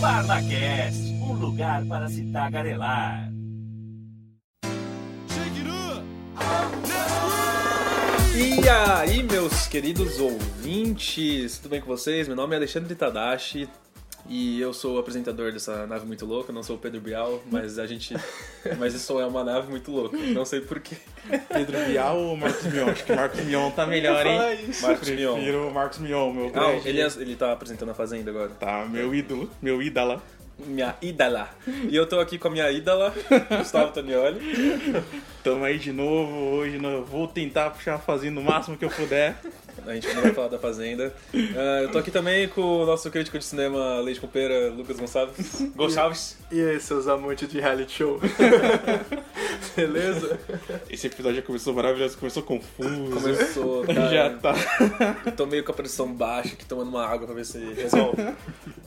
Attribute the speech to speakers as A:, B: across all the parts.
A: Parlacast, um lugar para se tagarelar.
B: E aí, meus queridos ouvintes, tudo bem com vocês? Meu nome é Alexandre Tadashi e eu sou o apresentador dessa nave muito louca. Não sou o Pedro Bial, mas a gente. mas isso é uma nave muito louca, não sei porquê.
C: Pedro Bial ou Marcos Mion? Acho que Marcos Mion tá melhor, hein?
B: Marcos Mion.
C: Prefiro o Marcos Mion, meu
B: Ah,
C: grande-
B: ele, é- ele tá apresentando a Fazenda agora.
C: Tá, meu ídolo, meu ídala.
B: Minha ídala. E eu tô aqui com a minha ídala, Gustavo Tonioli.
C: Tamo aí de novo, hoje não- vou tentar puxar fazendo o máximo que eu puder.
B: A gente não vai falar da Fazenda. Ah, eu tô aqui também com o nosso crítico de cinema Leite com Pera, Lucas Gonçalves. Gonçalves.
D: E aí, seus amantes de reality show? Beleza?
C: Esse episódio já começou maravilhoso, começou confuso.
B: Começou, cara.
C: Já tá.
B: Tô meio com a pressão baixa, aqui tomando uma água pra ver se resolve.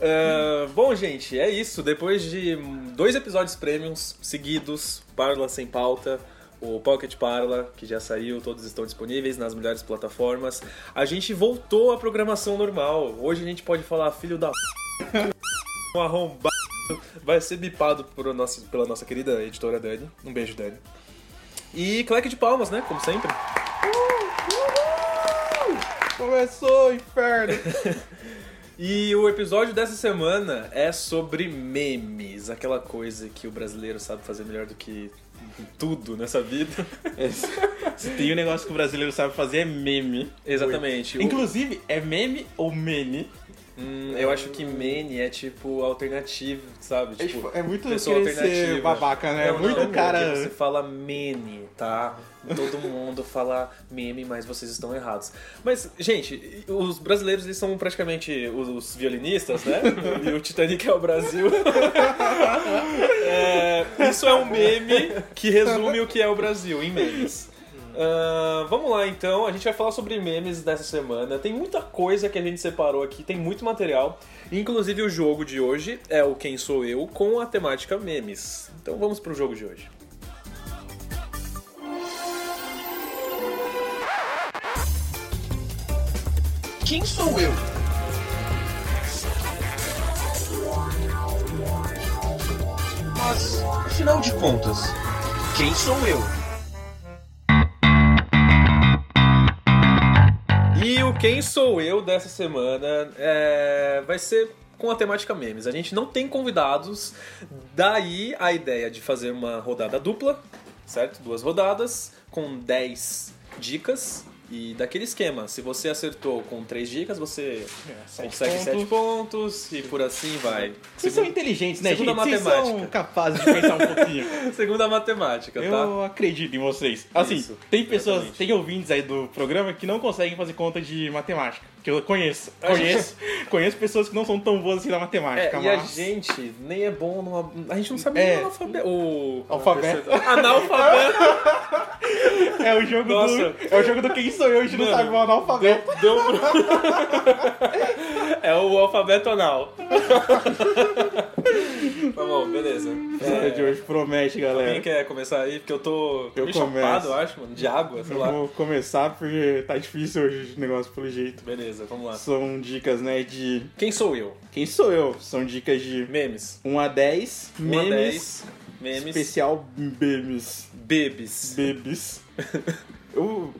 B: Ah, bom, gente, é isso. Depois de dois episódios premiums seguidos, Parla Sem Pauta, o Pocket Parla, que já saiu, todos estão disponíveis nas melhores plataformas. A gente voltou à programação normal. Hoje a gente pode falar filho da um arrombado. Vai ser bipado por nossa, pela nossa querida editora Dani. Um beijo, Dani. E claque de palmas, né? Como sempre.
C: Começou, inferno!
B: E o episódio dessa semana é sobre memes, aquela coisa que o brasileiro sabe fazer melhor do que tudo nessa vida.
C: Se tem um negócio que o brasileiro sabe fazer é meme.
B: Exatamente. O-
C: Inclusive, é meme ou meme?
B: Hum, eu acho que meme é tipo alternativo, sabe? Tipo,
C: É muito
B: pessoa
C: querer ser
B: alternativa.
C: babaca, né? É
B: Não,
C: muito
B: não,
C: cara.
B: porque Você fala meme, tá? Todo mundo fala meme, mas vocês estão errados. Mas, gente, os brasileiros eles são praticamente os, os violinistas, né? E o Titanic é o Brasil. É, isso é um meme que resume o que é o Brasil em memes. Ah, vamos lá então, a gente vai falar sobre memes dessa semana. Tem muita coisa que a gente separou aqui, tem muito material. Inclusive o jogo de hoje é o Quem Sou Eu com a temática memes. Então vamos pro jogo de hoje.
A: Quem sou eu? Mas, afinal de contas, quem sou eu?
B: E o Quem Sou Eu dessa semana é, vai ser com a temática memes. A gente não tem convidados, daí a ideia de fazer uma rodada dupla, certo? Duas rodadas, com 10 dicas. E daquele esquema, se você acertou com 3 dicas, você
C: É,
B: consegue 7 pontos e por assim vai.
C: Vocês são inteligentes, né,
B: Segunda
C: gente? Vocês
B: matemática.
C: são capazes de pensar um pouquinho.
B: Segundo a matemática,
C: Eu
B: tá?
C: acredito em vocês. Assim,
B: Isso,
C: tem pessoas,
B: exatamente.
C: tem ouvintes aí do programa que não conseguem fazer conta de matemática. Que eu conheço.
B: A gente-
C: Conheço. conheço pessoas que não são tão boas assim na
B: É,
C: matemática,
B: e a
C: mas-
B: gente nem é bom numa. A gente não sabe
C: É.
B: nem analfabe- o
C: Alfabeto.
B: analfabeto.
C: É o jogo
B: Nossa.
C: do. É o jogo do quem sou eu, a gente não
B: Mano,
C: sabe o analfabeto.
B: Deu é o alfabeto anal. tá bom, beleza.
C: A história de hoje promete,
B: Quem
C: galera.
B: quer começar aí? Porque eu tô
C: Eu
B: meio
C: começo.
B: chapado, eu acho, mano, de água, sei
C: Eu
B: lá.
C: vou começar porque tá difícil hoje o negócio pelo jeito.
B: Beleza, vamos lá.
C: São dicas, né, de.
B: Quem sou eu?
C: Quem sou eu? São dicas de
B: Memes.
C: 1 a 10,
B: Um a
C: memes,
B: 10, memes,
C: especial memes.
B: bebes.
C: Bebes. Eu.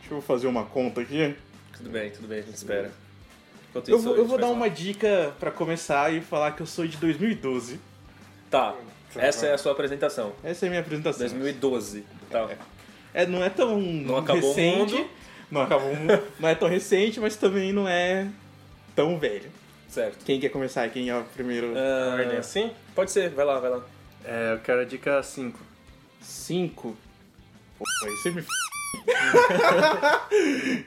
C: Deixa eu fazer uma conta aqui.
B: Tudo bem, tudo bem, a gente espera. Enquanto
C: Eu
B: isso,
C: vou,
B: a
C: eu
B: gente
C: vou
B: faz
C: dar uma dica pra começar e falar que eu sou de 2012.
B: Tá, essa é a sua apresentação.
C: Essa é a minha apresentação.
B: 2012. Tá.
C: É, não é tão
B: Não acabou o
C: recente.
B: mundo.
C: Não acabou o mundo. Não é tão recente, mas também não é tão velho.
B: Certo.
C: Quem quer começar? Quem é o primeiro?
B: Ah,
D: Ordem.
B: sim? Pode ser, vai lá, vai lá.
D: É, eu quero a dica 5.
C: Cinco. Pô, aí você me. f***.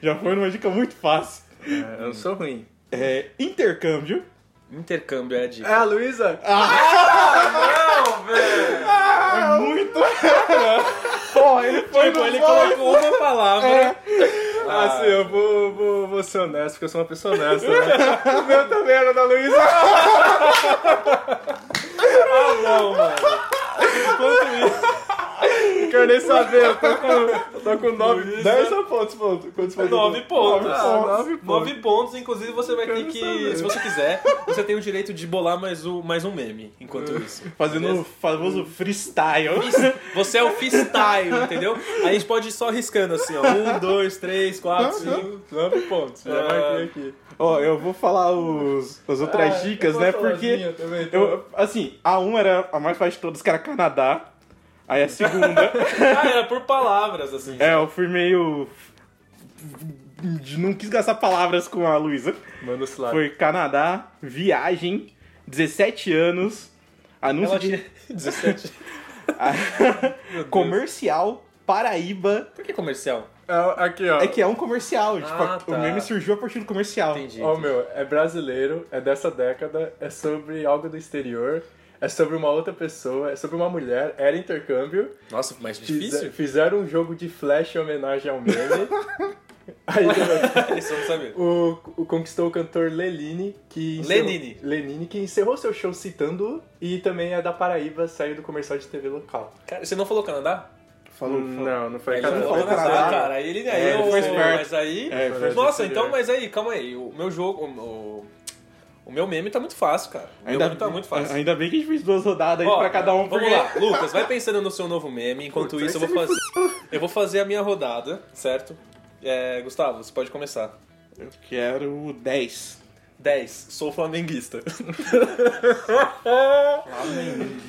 C: Já foi numa dica muito fácil.
D: eu não sou ruim.
C: É, intercâmbio.
B: Intercâmbio é a dica.
D: É a Luísa?
C: é muito. Porra, ele foi
B: Tipo,
C: no
B: ele
C: vai.
B: colocou uma palavra.
D: Ah, sim, eu vou, vou, vou ser honesto, porque eu sou uma pessoa honesta, né? o meu também era da Luísa.
B: Não, mano.
D: Não quero nem saber, eu tô com, eu tô com 9, 10 a pontos, ponto? Quantos pontos?
B: Nove pontos.
D: Nove
B: Ah,
D: pontos.
B: nove pontos. Inclusive, você vai ter
D: Quero
B: que.
D: saber.
B: Se você quiser, você tem o direito de bolar mais um, mais um meme enquanto isso.
C: Fazendo o famoso freestyle.
B: Você é o freestyle, entendeu? A gente pode ir só riscando assim, ó. Um, dois, três, quatro, cinco.
D: Nove pontos. Já
B: Ah.
D: marquei aqui.
C: Ó, eu vou falar os, as outras
D: Ah,
C: dicas,
D: eu
C: né?
D: posso falar as
C: Porque.
D: minhas também, então?
C: Eu, assim, a um era a mais fácil de todas, que era Canadá. Aí a segunda.
B: Ah, era por palavras, assim.
C: é, eu fui meio. Não quis gastar palavras com a Luísa.
D: Manda os lábios.
C: Foi Canadá, viagem, 17 anos, anúncio
B: Ela
C: de.
B: tinha 17.
C: comercial, Paraíba.
B: Por que comercial?
D: Ah, Aqui,
B: Tá.
D: ó.
C: É que é um comercial. tipo,
B: Ah,
C: o
B: tá.
C: meme surgiu a partir do comercial.
B: Entendi.
D: Ó, meu, é brasileiro, é dessa década, é sobre algo do exterior, é sobre uma outra pessoa, é sobre uma mulher, era intercâmbio.
B: Nossa, mais
D: Fize-
B: difícil?
D: Fizeram um jogo de flash em homenagem ao meme. Aí
B: Isso eu não sabia.
D: o, o conquistou o cantor Lenine, que encerrou-
B: Lenine.
D: Lenine, que encerrou seu show citando e também é da Paraíba, saiu do comercial de TV local.
B: Cara, você não falou Canadá?
C: Falou,
D: Hum, Não, não foi um.
B: Ele não
D: Canadá.
B: falou
C: falou
B: Canadá,
C: Canadá.
B: cara. Aí ele aí
C: É,
B: eu-
C: ele foi esperto.
B: Mas aí.
C: É, foi
B: Nossa,
D: esperto.
B: então, mas aí, calma aí. O meu jogo. O, o- o meu meme tá muito fácil, cara. O meu meme tá muito fácil.
C: Ainda bem que a gente fez duas rodadas aí
B: Ó,
C: pra cada um.
B: Vamos lá, Lucas, vai pensando no seu novo meme. Enquanto
D: Putz,
B: isso, eu
D: aí
B: vou fazer. Eu vou fazer a minha rodada, certo? É, Gustavo, você pode começar.
C: Eu quero o 10.
B: 10. Sou flamenguista.
C: Flamenguista.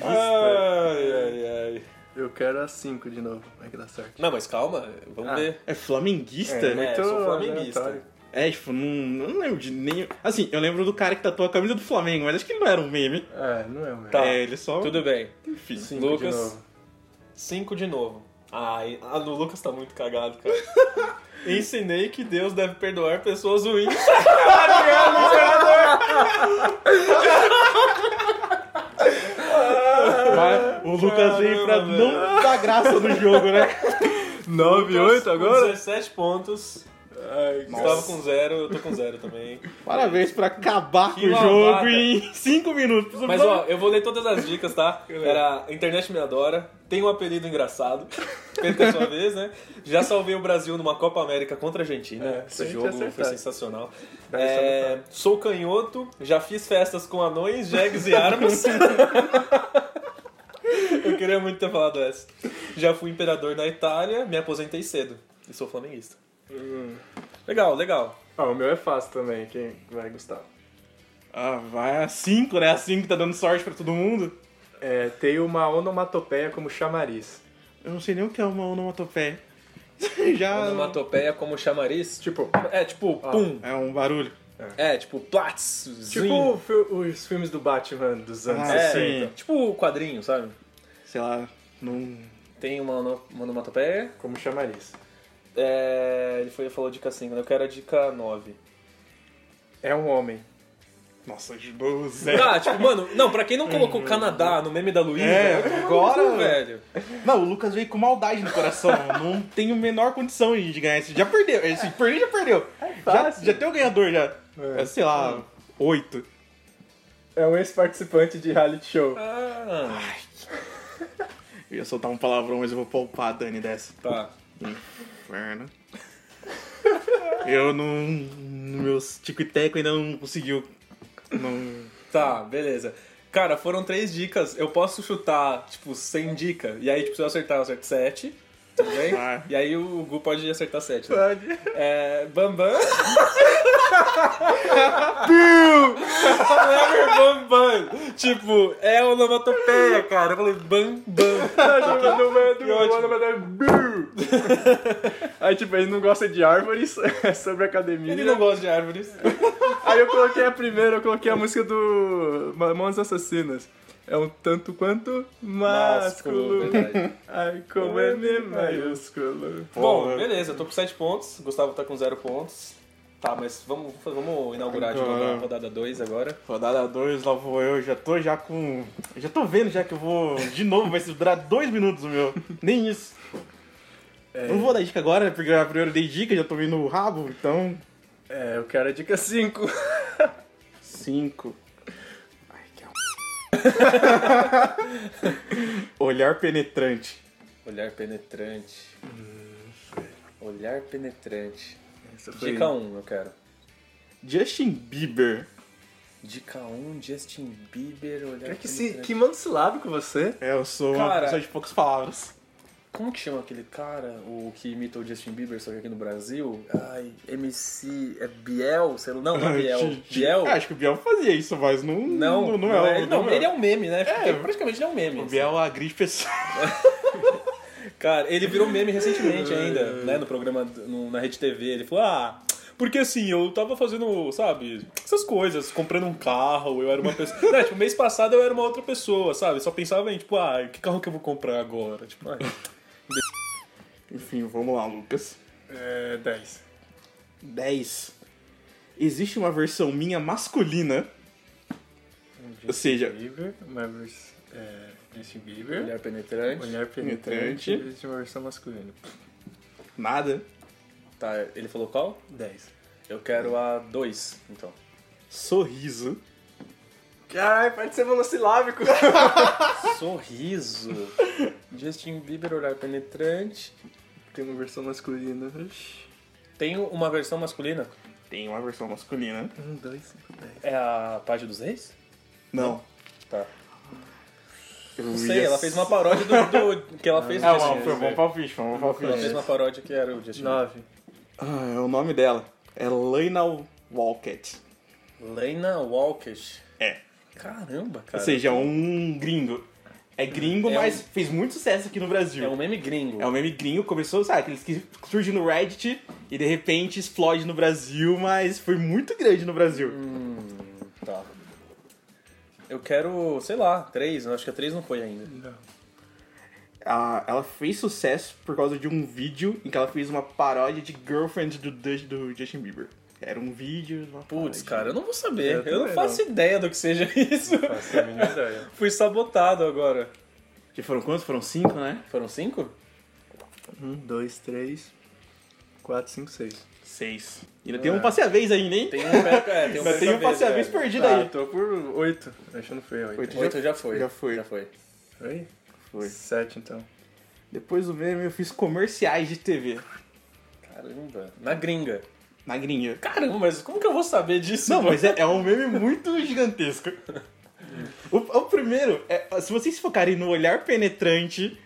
B: Ai, ai, ai.
D: Eu quero a 5 de novo, vai que dá sorte.
B: Não, mas calma, vamos
D: Ah.
B: ver.
C: É flamenguista?
B: É,
D: muito
B: sou flamenguista.
D: aleatório.
C: É, tipo, não, eu não lembro de nem. Assim, eu lembro do cara que tatuou a camisa do Flamengo, mas acho que ele não era um meme.
D: É, não é o mesmo.
B: Tá.
C: É, ele só.
B: Tudo bem.
C: Enfim.
D: Cinco
B: Lucas.
D: de novo.
B: 5 de novo. Ai, ah, o Lucas tá muito cagado, cara. Ensinei que Deus deve perdoar pessoas ruins.
C: Mas tá o Lucas veio pra
B: Caramba,
C: não dar graça no jogo, né?
D: 9, 8
B: Com
D: agora?
B: 17 pontos.
D: Ai,
B: Gustavo com 0, eu tô com 0 também.
C: Parabéns pra acabar
B: Que
C: com o
B: lavada.
C: jogo em 5 minutos.
B: Mas ó, eu vou ler todas as dicas, tá? Era Internet Me Adora, tem um apelido engraçado, perca a sua vez, né? Já salvei o Brasil numa Copa América contra a Argentina.
D: É,
B: Esse
D: tem que
B: jogo foi
D: acertar.
B: sensacional.
D: Deve
B: É,
D: sabotar.
B: sou canhoto, já fiz festas com anões, jegues e armas. eu queria muito ter falado essa. Já fui imperador na Itália, me aposentei cedo. E sou flamenguista.
D: Hum.
B: Legal, legal.
D: Ah, o meu é fácil também, quem vai gostar.
C: Ah, vai a 5, né? A 5 tá dando sorte pra todo mundo.
D: É, tem uma onomatopeia como chamariz.
C: Eu não sei nem o que é uma onomatopeia. Já.
B: Onomatopeia como chamariz.
D: Tipo,
B: É tipo, pum.
C: É um barulho.
B: É, tipo, plats. zin.
D: tipo o fi- os filmes do Batman dos anos
C: Ah,
B: É,
D: 60.
C: sim.
B: tipo o quadrinho, sabe?
C: Sei lá, não.
B: Tem uma, ono- uma onomatopeia.
D: Como chamariz.
B: É, ele foi, falou dica 5, né? eu quero a dica 9.
D: É um homem.
C: Nossa, ajudou o Zé.
B: Tá, tipo, mano, não, pra quem não colocou Canadá no meme da Luísa,
C: Uhum. É,
B: vai tomar no
C: agora-
B: cu, velho.
C: Não, o Lucas veio com maldade no coração. não tem a menor condição de ganhar esse. Já perdeu. Esse perder já perdeu. já,
D: fácil.
C: já tem o ganhador já.
D: É.
C: É, sei lá, oito.
D: É um ex-participante de reality show.
B: Ah,
C: Eu ia soltar um palavrão, mas eu vou poupar a Dani dessa.
B: tá.
C: Inferno. eu não. No meu tico e teco ainda não conseguiu. Não.
B: Tá, beleza. Cara, foram três dicas. Eu posso chutar, tipo, sem dica. E aí, tipo, se eu acertar, eu acerto 7. Tudo bem?
C: Vai.
B: E aí o Gu pode acertar 7. Né?
D: Pode.
B: É. Bambam. Clever Bambam. Tipo, é onomatopeia, cara. Eu falei Bambam.
D: é Aí, tipo, ele não gosta de árvores, é sobre academia.
B: Ele não gosta de árvores.
D: Aí eu coloquei a primeira, eu coloquei a música do Mamonas Assassinas. É um tanto quanto másculo.
B: verdade.
D: Ai, como é M maiúsculo.
B: Bom, beleza. Eu tô com 7 pontos. Gustavo tá com 0 pontos. Tá, mas vamos, vamos inaugurar de novo
C: Agora.
B: a rodada 2 agora.
C: Rodada 2, lá vou eu, já tô já com. Já tô vendo já que eu vou. De novo, vai se durar dois minutos o meu. Nem isso.
D: É.
C: Não vou dar dica agora, porque eu primeiro dei dica, já tô vendo o rabo, então.
D: É, eu quero a dica 5.
C: 5. Ai, que é um- al- Olhar penetrante.
B: Olhar penetrante. Olhar penetrante.
D: Essa foi-
B: Dica 1, eu quero.
C: Justin Bieber.
B: Dica 1, Justin Bieber, olhar
D: Cara, que, se,
B: penetrante.
D: que monossilábico você.
C: É, eu sou uma
B: Cara.
C: pessoa de poucas palavras.
B: Como que chama aquele cara, o que imita o Justin Bieber, só que aqui no Brasil? Ai, MC. É Biel? Sei lá, não, não é Biel. Biel?
C: Ah, acho que o Biel fazia isso, mas não,
B: Não,
C: não, não é, o-
B: não, ele é um meme, né?
C: É.
B: praticamente ele é um meme.
C: O Biel agride pessoas.
B: Cara, ele virou meme recentemente ainda, né? No programa, no- na Rede TV. Ele falou, ah, porque assim, eu tava fazendo, sabe, essas coisas, comprando um carro, eu era uma pessoa. né, tipo, mês passado eu era uma outra pessoa, sabe? Só pensava em, tipo, ah, que carro que eu vou comprar agora? Tipo, ai.
C: Enfim, vamos lá, Lucas.
D: É, 10.
C: 10. Existe uma versão minha masculina. Ou seja,
D: Bieber, uma vers- é, Justin Bieber,
B: Olhar penetrante.
D: mulher penetrante,
C: Penetrante.
D: existe uma versão masculina.
C: nada.
B: Tá, ele falou qual?
D: 10.
B: Eu quero a 2, então.
C: Sorriso.
D: Caralho, pode
B: é
D: ser monossilábico.
B: Sorriso. Justin Bieber, olhar penetrante.
D: Tem uma versão masculina. Oxi.
B: Tem uma versão masculina?
C: Tem uma versão masculina.
D: Um, dois, cinco, dez.
B: É a Página dos Reis?
C: Não.
B: Tá.
C: Eu
B: Não
C: ia-
B: sei, ela fez uma paródia do, do- que ela fez.
C: É,
B: do Justin
C: uma, foi
B: Bieber.
C: um bom palpite, foi um bom
B: Ela fez
C: palpite.
B: uma paródia que era o Justin
D: Nove.
C: Ah, é o nome dela é Lana Walkett.
B: Bieber. Lena Walkish.
C: É.
B: Caramba,
C: Ou
B: cara.
C: seja, é um gringo. É gringo,
B: É
C: mas
B: um-
C: fez muito sucesso aqui no Brasil.
B: É um meme gringo.
C: É um meme gringo, começou, sabe, aqueles que surgem no Reddit e de repente explode no Brasil, mas foi muito grande no Brasil.
B: Tá. Eu quero, sei lá, três. Eu acho que a três não foi ainda.
D: Não.
C: Ah, ela fez sucesso por causa de um vídeo em que ela fez uma paródia de Girlfriend do, Dust- do Justin Bieber. Era um vídeo... uma
B: Putz,
C: paródia.
B: cara, eu não vou saber.
D: Eu
B: Eu, não
D: também
B: faço ideia do que seja isso.
D: Faço a mínima ideia.
B: Fui sabotado agora.
C: Já foram quantos? Foram cinco, né?
B: Foram cinco?
D: Um, dois, três, quatro, cinco, seis.
C: Seis. Ainda tem um passe a vez ainda, hein?
B: Tem um pé, é, tem um
C: Ainda tem um passe a vez
B: velho.
C: perdido
D: Ah,
C: aí.
D: tô por oito. Acho que não foi oito.
C: Oito.
B: Oito já foi.
C: Já foi.
B: Já foi.
D: Foi?
C: Foi.
D: Sete, então.
C: Depois do meme eu fiz comerciais de TV.
B: Caramba. Na gringa.
C: Na gringa.
B: Caramba, mas como que eu vou saber disso?
C: Não,
B: mano?
C: mas é, é um meme muito gigantesco. O, o primeiro, é- se vocês focarem no olhar penetrante,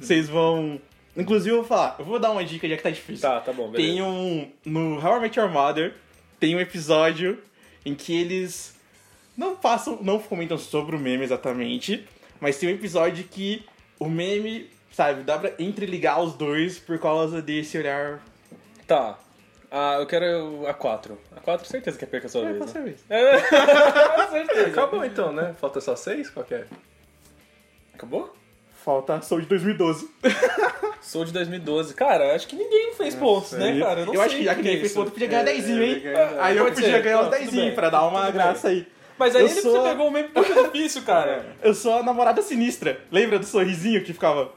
C: vocês vão. Inclusive, eu vou falar, eu vou dar uma dica já que tá difícil.
B: Tá, tá bom, beleza.
C: Tem um. No How I Met Your Mother, tem um episódio em que eles não passam. não comentam sobre o meme exatamente, mas tem um episódio que o meme, sabe, dá pra entreligar os dois por causa desse olhar. um-
B: Tá. Ah, eu quero a 4. A 4, certeza que é perca a sua
C: É,
B: vez. Né?
C: passa a vez.
B: É, certeza.
D: Acabou então, né? Falta só seis? Qual que é?
B: Acabou?
C: Falta Soul de 2012.
B: Sou de 2012. Cara, acho que ninguém fez pontos, né,
D: sei.
B: cara? Eu, não
C: Eu
B: sei
C: acho que já que
B: o é
C: ele fez
B: isso.
C: ponto, podia ganhar
D: É,
C: 10,
D: é,
C: hein?
D: ele ganha-
C: Aí eu
B: Pode
C: podia
B: ser.
C: ganhar os
B: Não, tudo
C: 10
B: bem.
C: pra dar uma
B: Tudo
C: graça aí.
B: Mas aí
C: Eu
B: ele
C: sou- É.
B: você pegou um meme muito difícil, cara.
C: Eu sou a namorada sinistra. Lembra do sorrisinho que ficava?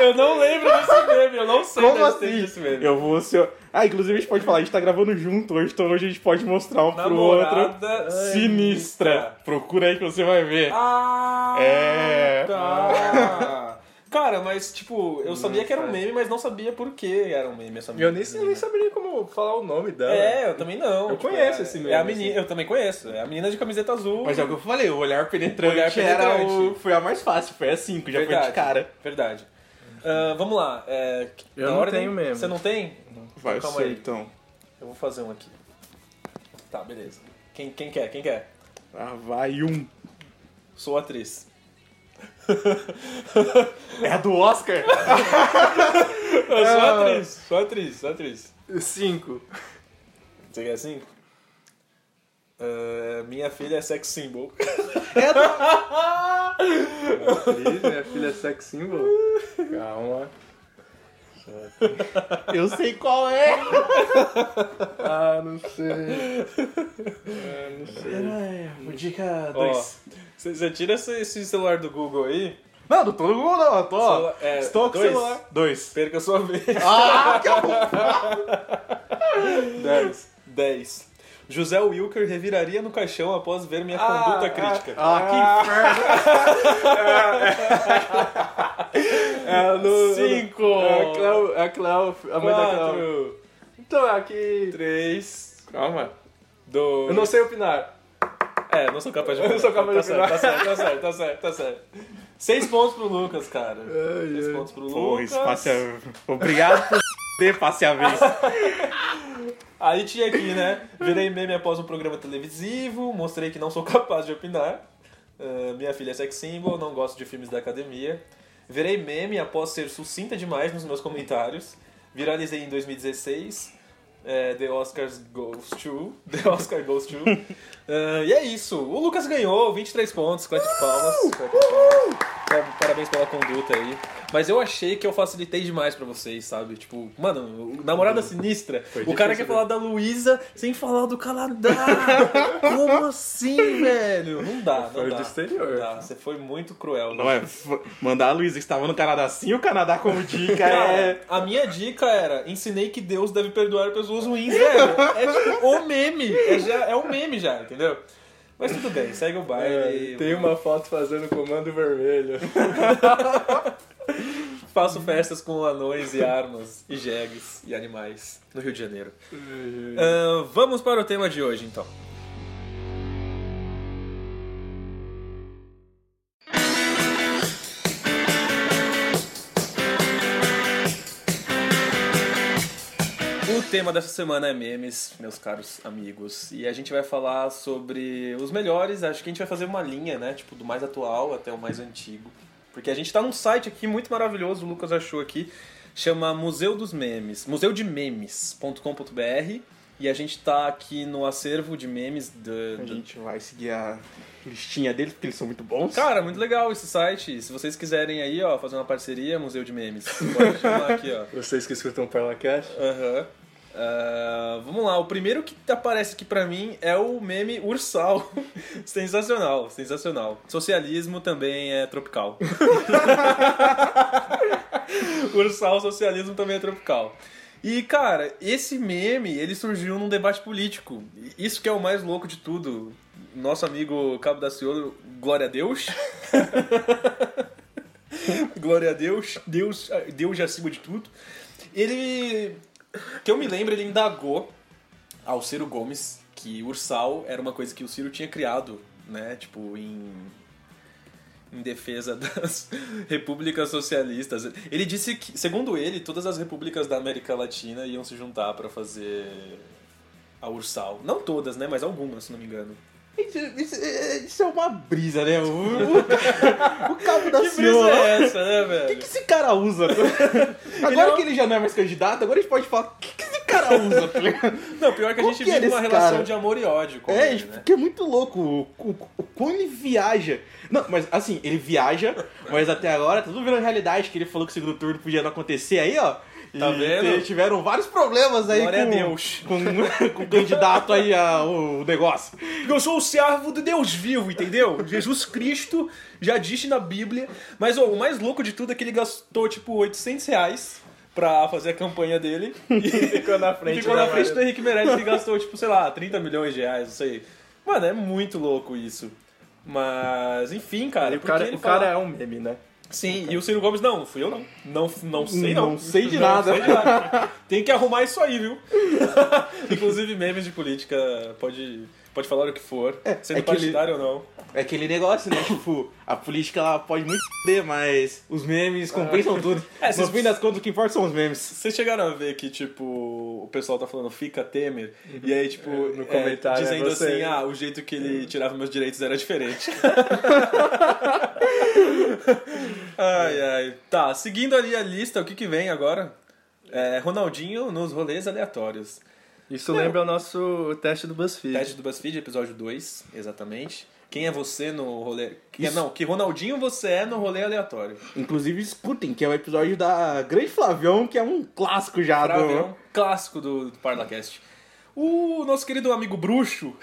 B: Eu não lembro desse meme, eu não sei
C: Como
B: da
C: assim?
B: existência desse meme.
C: Eu vou ser. Ah, inclusive a gente pode falar, a gente tá gravando junto hoje, então hoje a gente pode mostrar um pro outro.
B: Namorada
C: Sinistra. Procura aí que você vai ver.
B: Ah! então.
C: É.
B: Tá. Cara, mas tipo, eu sabia que era um meme, mas não sabia por que era um meme essa
D: Eu nem, eu nem saberia como falar o nome dela.
B: É, eu também não.
D: Eu conheço
B: é-
D: esse
B: É a
D: meme, assim.
B: menina, eu também conheço. É a menina de camiseta azul.
C: Mas é o que eu falei, o olhar penetrante,
B: Olhar
C: era o.
B: penetrante.
C: Foi a mais fácil, foi a 5, já foi de cara.
B: Verdade. Ah, vamos lá. É,
D: Eu
B: na
D: não
B: ordem-
D: tenho meme.
B: Você não tem?
C: Vai,
B: Calma
C: você
B: aí.
C: então.
B: Eu vou fazer um aqui. Tá, beleza. Quem, quem quer? Quem quer?
C: Ah, vai um.
B: Sou atriz.
C: É a do Oscar?
D: Ah,
B: Eu sou atriz, sou atriz, sou atriz.
D: Cinco.
B: Você quer cinco? Ah, minha filha é sex symbol.
D: Cris, minha filha é sex symbol. Calma.
C: eu sei qual é.
D: Ah, não sei. Ah, não sei.
C: Era dica
B: Ó,
C: 2.
B: Você você tira esse, esse celular do Google aí,
C: Não, não tô no Google não, eu tô, ó,
B: Celular- é,
C: estou com o
B: dois?
C: celular. Dois.
B: perca a sua vez.
C: Ah, que horror.
B: 10. 10. José Wilker reviraria no caixão após ver minha conduta crítica.
C: Ah, que inferno.
D: É, no,
B: Cinco!
D: É a Cleo, é a Cleo, a mãe da Cleo.
B: Quatro,
D: Então, é aqui...
B: três,
D: Calma.
B: dois...
D: Eu não sei opinar.
B: É, não sou capaz de
D: Eu não sou capaz de
B: tá
D: opinar.
B: certo, tá certo, tá certo, tá certo, tá certo. Seis pontos pro Lucas, cara. Seis pontos pro
C: Porra, é um.
B: Lucas.
C: isso passe a... Obrigado por ter passe a vez.
B: Aí tinha aqui, né? Virei meme após um programa televisivo, mostrei que não sou capaz de opinar. Ah, minha filha é sex symbol, não gosto de filmes da academia. Virei meme após ser sucinta demais nos meus comentários. Viralizei em 2016. É, The Oscars Goes to. The Oscar Goes to. Ah, e é isso. O Lucas ganhou 23 pontos, clap de palmas. Clap de palmas. Pa- Parabéns pela conduta aí. Mas eu achei que eu facilitei demais pra vocês, sabe? Tipo, mano, o Namorada Sinistra. o cara
D: né?
B: quer falar da Luísa sem falar do Canadá. Como assim, velho? Não dá, não
D: Foi
B: dá.
D: do exterior.
B: Não dá. Você foi muito cruel.
C: Não é, f- mandar a Luísa que estava no Canadá sim, o Canadá como dica é...
B: Cara, a minha dica era: ensinei que Deus deve perdoar pessoas ruins, velho. É tipo o meme. É, já, é um meme já, entendeu? Mas tudo bem, segue o baile.
D: É, tem uma foto fazendo comando vermelho.
B: Faço festas com anões e armas, e jegues e animais no Rio de Janeiro. Ah, vamos para o tema de hoje, então. O tema dessa semana é memes, meus caros amigos. E a gente vai falar sobre os melhores. Acho que a gente vai fazer uma linha, né? Tipo, do mais atual até o mais antigo. Porque a gente tá num site aqui muito maravilhoso, o Lucas achou aqui, chama Museu dos Memes, museudememes.com.br. E a gente tá aqui no acervo de memes do,
C: A
B: do,
C: gente vai seguir a listinha deles, porque eles são muito bons.
B: Cara, muito legal esse site. Se vocês quiserem aí, ó, fazer uma parceria, Museu de Memes, pode chamar aqui, ó.
D: Vocês que escutam o Parlacast.
B: Aham. Ah, vamos lá, o primeiro que aparece aqui pra mim é o meme ursal. sensacional, sensacional. Socialismo também é tropical. ursal, socialismo também é tropical. E cara, esse meme ele surgiu num debate político. Isso que é o mais louco de tudo. Nosso amigo Cabo da Ciolo, glória a Deus. Glória a Deus, Deus, Deus é acima de tudo. Ele, que eu me lembro, ele indagou ao Ciro Gomes que ursal era uma coisa que o Ciro tinha criado, né? Tipo, em, em defesa das repúblicas socialistas. Ele disse que, segundo ele, todas as repúblicas da América Latina iam se juntar pra fazer a ursal. Não todas, né? Mas algumas, se não me engano.
C: Isso, isso- isso é uma brisa, né? O, o- o cabo da
B: Que brisa
C: senhora.
B: é essa, né,
C: O que,
B: velho?
C: que esse cara usa?
B: é
C: Agora
B: um-
C: que ele já não é mais candidato, agora a gente pode falar o que, que esse cara usa, tá ligado?
B: Não, pior que a
C: Qual
B: gente
C: que era
B: vive uma
C: esse
B: relação
C: cara?
B: de amor e ódio. com
C: É,
B: ele, né?
C: porque é muito louco. O, o, o como ele viaja. Não, mas assim, ele viaja, mas até agora tá tudo virando realidade, que ele falou que o segundo turno podia não acontecer aí, ó.
B: Tá
C: E
B: vendo?
C: te- Tiveram vários problemas aí
B: Glória a
C: com,
B: Deus.
C: Com, com o candidato aí ao negócio.
B: Porque eu sou o servo do Deus vivo, entendeu? Jesus Cristo já disse na Bíblia. Mas ó, o mais louco de tudo é que ele gastou tipo 800 reais pra fazer a campanha dele. E
D: Ficou na tá frente.
B: ficou na
D: da
B: frente
D: Maria.
B: do Henrique Meirelles que gastou tipo, sei lá, 30 milhões de reais, não sei. Mano, é muito louco isso. Mas, enfim, cara. e
D: O
B: por
D: cara,
B: que ele
D: o cara
B: fala-
D: é um meme, né?
B: Sim, e o Ciro Gomes, não, fui eu não. Não, não sei não.
C: Não sei de
B: Não
C: nada.
B: sei de nada. Tem que arrumar isso aí, viu? Inclusive, memes de política, pode, pode falar o que for, sendo
C: é que ele-
B: partidário ou não.
C: É aquele negócio, né? tipo, a política ela pode muito foder, mas os memes compensam tudo.
B: É,
C: no
B: se-
C: fim das contas, o que importa são os memes.
B: Vocês chegaram a ver que, tipo, o pessoal tá falando fica Temer,
C: Uhum.
B: e aí,
C: É,
B: tipo,
D: no comentário,
B: dizendo
D: é você.
B: assim, ah, o jeito que ele tirava meus direitos era diferente. ai, ai. Tá, seguindo ali a lista, o que que vem agora? É, Ronaldinho nos rolês aleatórios.
D: Isso lembra o nosso teste do BuzzFeed.
B: Teste do BuzzFeed, episódio 2, exatamente. Quem é você no rolê... que-
C: Isso.
B: Não, que Ronaldinho você é no rolê aleatório.
C: Inclusive, escutem, que é o episódio da Grande Flavião, que é um clássico já
B: Bravo, é
C: do.
B: um clássico do, do Parlacast. O nosso querido amigo bruxo,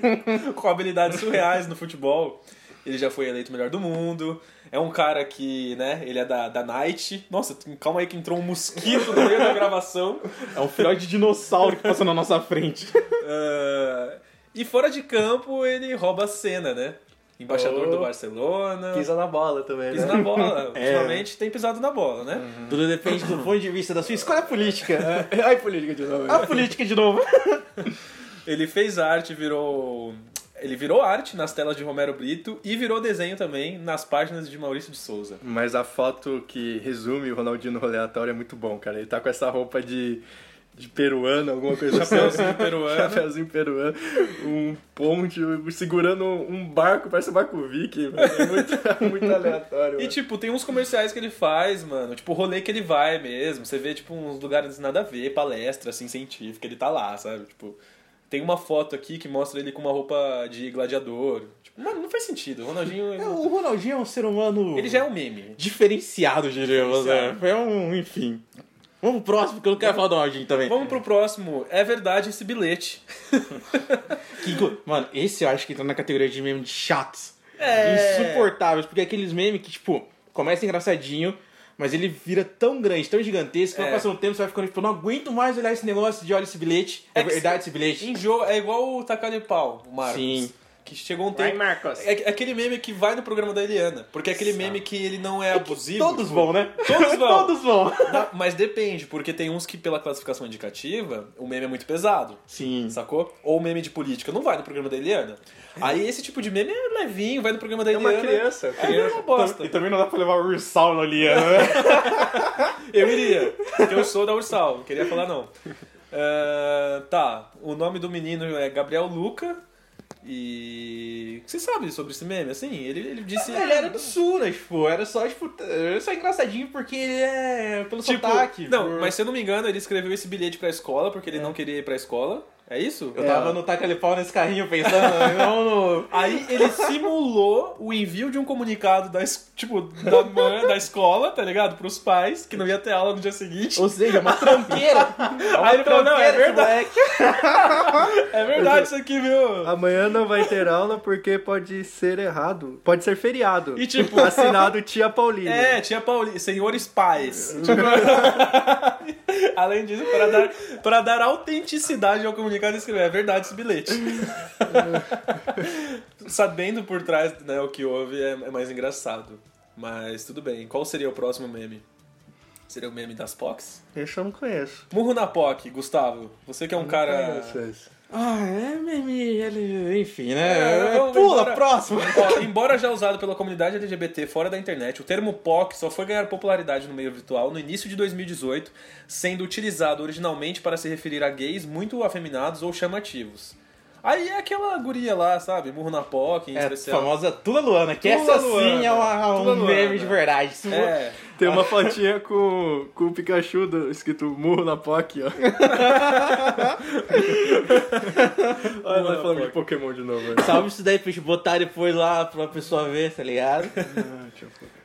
B: com habilidades surreais no futebol. Ele já foi eleito o melhor do mundo. É um cara que, né, ele é da, da Night. Nossa, calma aí que entrou um mosquito no meio da gravação.
C: É um filhote de dinossauro que passou na nossa frente.
B: Ah, e fora de campo, ele rouba a cena, né? Embaixador
D: Oh.
B: do Barcelona.
D: Pisa na bola também,
B: Pisa
D: né?
B: na bola.
C: É. Uhum.
B: Ultimamente tem pisado na bola, né?
C: Tudo depende do ponto de vista da sua escolha política.
D: Ai, política de novo.
C: A política de novo.
B: Ele fez arte, virou. Ele virou arte nas telas de Romero Brito e virou desenho também nas páginas de Maurício de Souza.
D: Mas a foto que resume o Ronaldinho no aleatório é muito bom, cara. Ele tá com essa roupa de, de peruano, alguma coisa assim.
B: Chapeuzinho peruano.
D: Chapeuzinho peruano, um ponte, segurando um barco, parece um barco viking. velho. É muito, muito aleatório.
B: E
D: mano.
B: tipo, tem uns comerciais que ele faz, mano. Tipo, o rolê que ele vai mesmo. Você vê, tipo, uns lugares nada a ver, palestra, assim, científica, ele tá lá, sabe? Tipo. Tem uma foto aqui que mostra ele com uma roupa de gladiador. Tipo, mano, não faz sentido. O Ronaldinho.
C: É,
B: Ele,
C: O Ronaldinho é um ser humano.
B: ele já é um meme.
C: diferenciado, diríamos.
B: Diferenciado.
C: né? É um, enfim. Vamos pro próximo, porque eu não quero falar do Ronaldinho também.
B: Vamos pro próximo. É verdade esse bilhete.
C: Que inclu- mano, esse eu acho que entra na categoria de memes de chatos.
B: É.
C: Insuportáveis, porque é aqueles memes que, tipo, começa engraçadinho, mas ele vira tão grande, tão gigantesco, que
B: É.
C: vai passando um tempo, você vai ficando, tipo, não aguento mais olhar esse negócio de olha esse bilhete. É,
B: É que
C: verdade esse bilhete?
B: Enjoo, é igual o tacar de pau, o Marcos.
C: Sim.
B: Que chegou um
D: Vai,
B: tempo.
D: Marcos.
B: É é aquele meme que vai no programa da Eliana. Porque é aquele meme que ele não é abusivo.
C: Todos vão, né?
B: Todos vão.
C: Todos vão.
B: Não, Mas depende, porque tem uns que, pela classificação indicativa, o meme é muito pesado.
C: Sim.
B: Sacou? Ou meme de política. Não vai no programa da Eliana. Aí esse tipo de meme é levinho, vai no programa da
D: É uma
B: Eliana.
D: criança.
B: Aí é uma bosta.
C: E também não dá pra levar o ursal na Liana, né?
B: Eu iria, porque eu sou da Ursal, não queria falar não. Ah, tá, o nome do menino é Gabriel Luca. E. Você sabe sobre esse meme? Assim, ele, ele disse.
C: Ele era do sul, né? Tipo, era só, tipo, era só engraçadinho porque ele é pelo
B: Tipo,
C: sotaque.
B: não,
C: por- É.
B: mas se eu não me engano, ele escreveu esse bilhete pra escola porque ele não queria ir pra escola. É isso?
C: Eu tava no taca-lhe-pau nesse carrinho pensando, né? não no...
B: Aí ele simulou o envio de um comunicado da, es- tipo, da mãe, da escola, tá ligado? Pros pais, que não ia ter aula no dia seguinte.
C: Ou seja, uma tranqueira. Uma
B: Aí ele falou, não, é
C: tranqueira,
B: verdade.
C: esse moleque.
B: É verdade isso Ah, aqui, viu?
D: Amanhã não vai ter aula porque pode ser errado. Pode ser feriado.
B: E tipo,
D: Assinado Tia Paulina.
B: É, tinha Pauli, senhores pais. Tipo, Além disso, para dar, para dar autenticidade ao comunicado, escrever é verdade esse bilhete. Sabendo por trás né, o que houve é, é mais engraçado. Mas tudo bem. Qual seria o próximo meme? Seria o meme das POCs?
D: Esse eu não conheço.
B: Murro na POC, Gustavo. Você que é um cara.
C: Ah, é meme, ele... Enfim,
B: É,
C: né?
B: vamos
C: Pula,
B: embora. É,
C: próximo.
B: Ó, embora já usado pela comunidade LGBT fora da internet, o termo POC só foi ganhar popularidade no meio virtual no início de 2018, sendo utilizado originalmente para se referir a gays muito afeminados ou chamativos. Aí é aquela guria lá, sabe? Murro na POC, em
C: É, a
B: especial.
C: famosa Tula Luana, que
B: Tula
C: essa sim é uma-
B: Luana.
C: um
B: Tula Luana.
C: meme de verdade. Se for-
B: É,
D: Tem uma fotinha com, com o Pikachu do- escrito murro na POC, ó. Olha
B: Murro na
D: nós falando
B: POC.
D: de Pokémon de novo. velho.
C: Salve isso daí pra gente botar depois lá pra pessoa ver, tá ligado?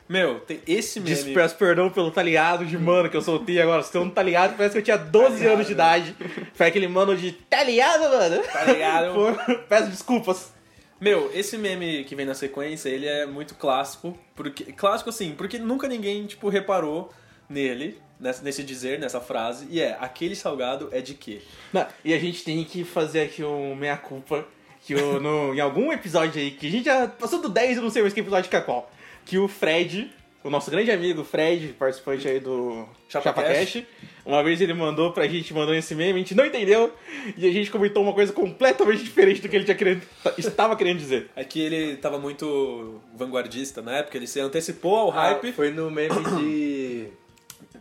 B: Meu, tem esse meme.
C: Diz, peço perdão pelo tá ligado de mano que eu soltei agora. Se eu não tá ligado, parece que eu tinha 12 anos de idade. Foi aquele mano de tá ligado, mano?
B: Tá ligado?
C: Pô, Peço desculpas.
B: Meu, esse meme que vem na sequência, ele é muito clássico. Porque, clássico assim, porque nunca ninguém, tipo, reparou nele, nessa- nesse dizer, nessa frase. E é, aquele salgado é de quê?
C: Não, e a gente tem que fazer aqui um meia-culpa. Que o, no, em algum episódio aí, que a gente já passou do 10, eu não sei mais que episódio que é qual. Que o Fred, o nosso grande amigo Fred, participante aí do
B: Chapa
C: ChapaCast, uma vez ele mandou pra gente, mandou esse meme, a gente não entendeu. E a gente comentou uma coisa completamente diferente do que ele tinha querendo, estava querendo dizer.
B: É que ele tava muito vanguardista na época, ele se antecipou ao
D: Ah,
B: hype.
D: foi no meme de.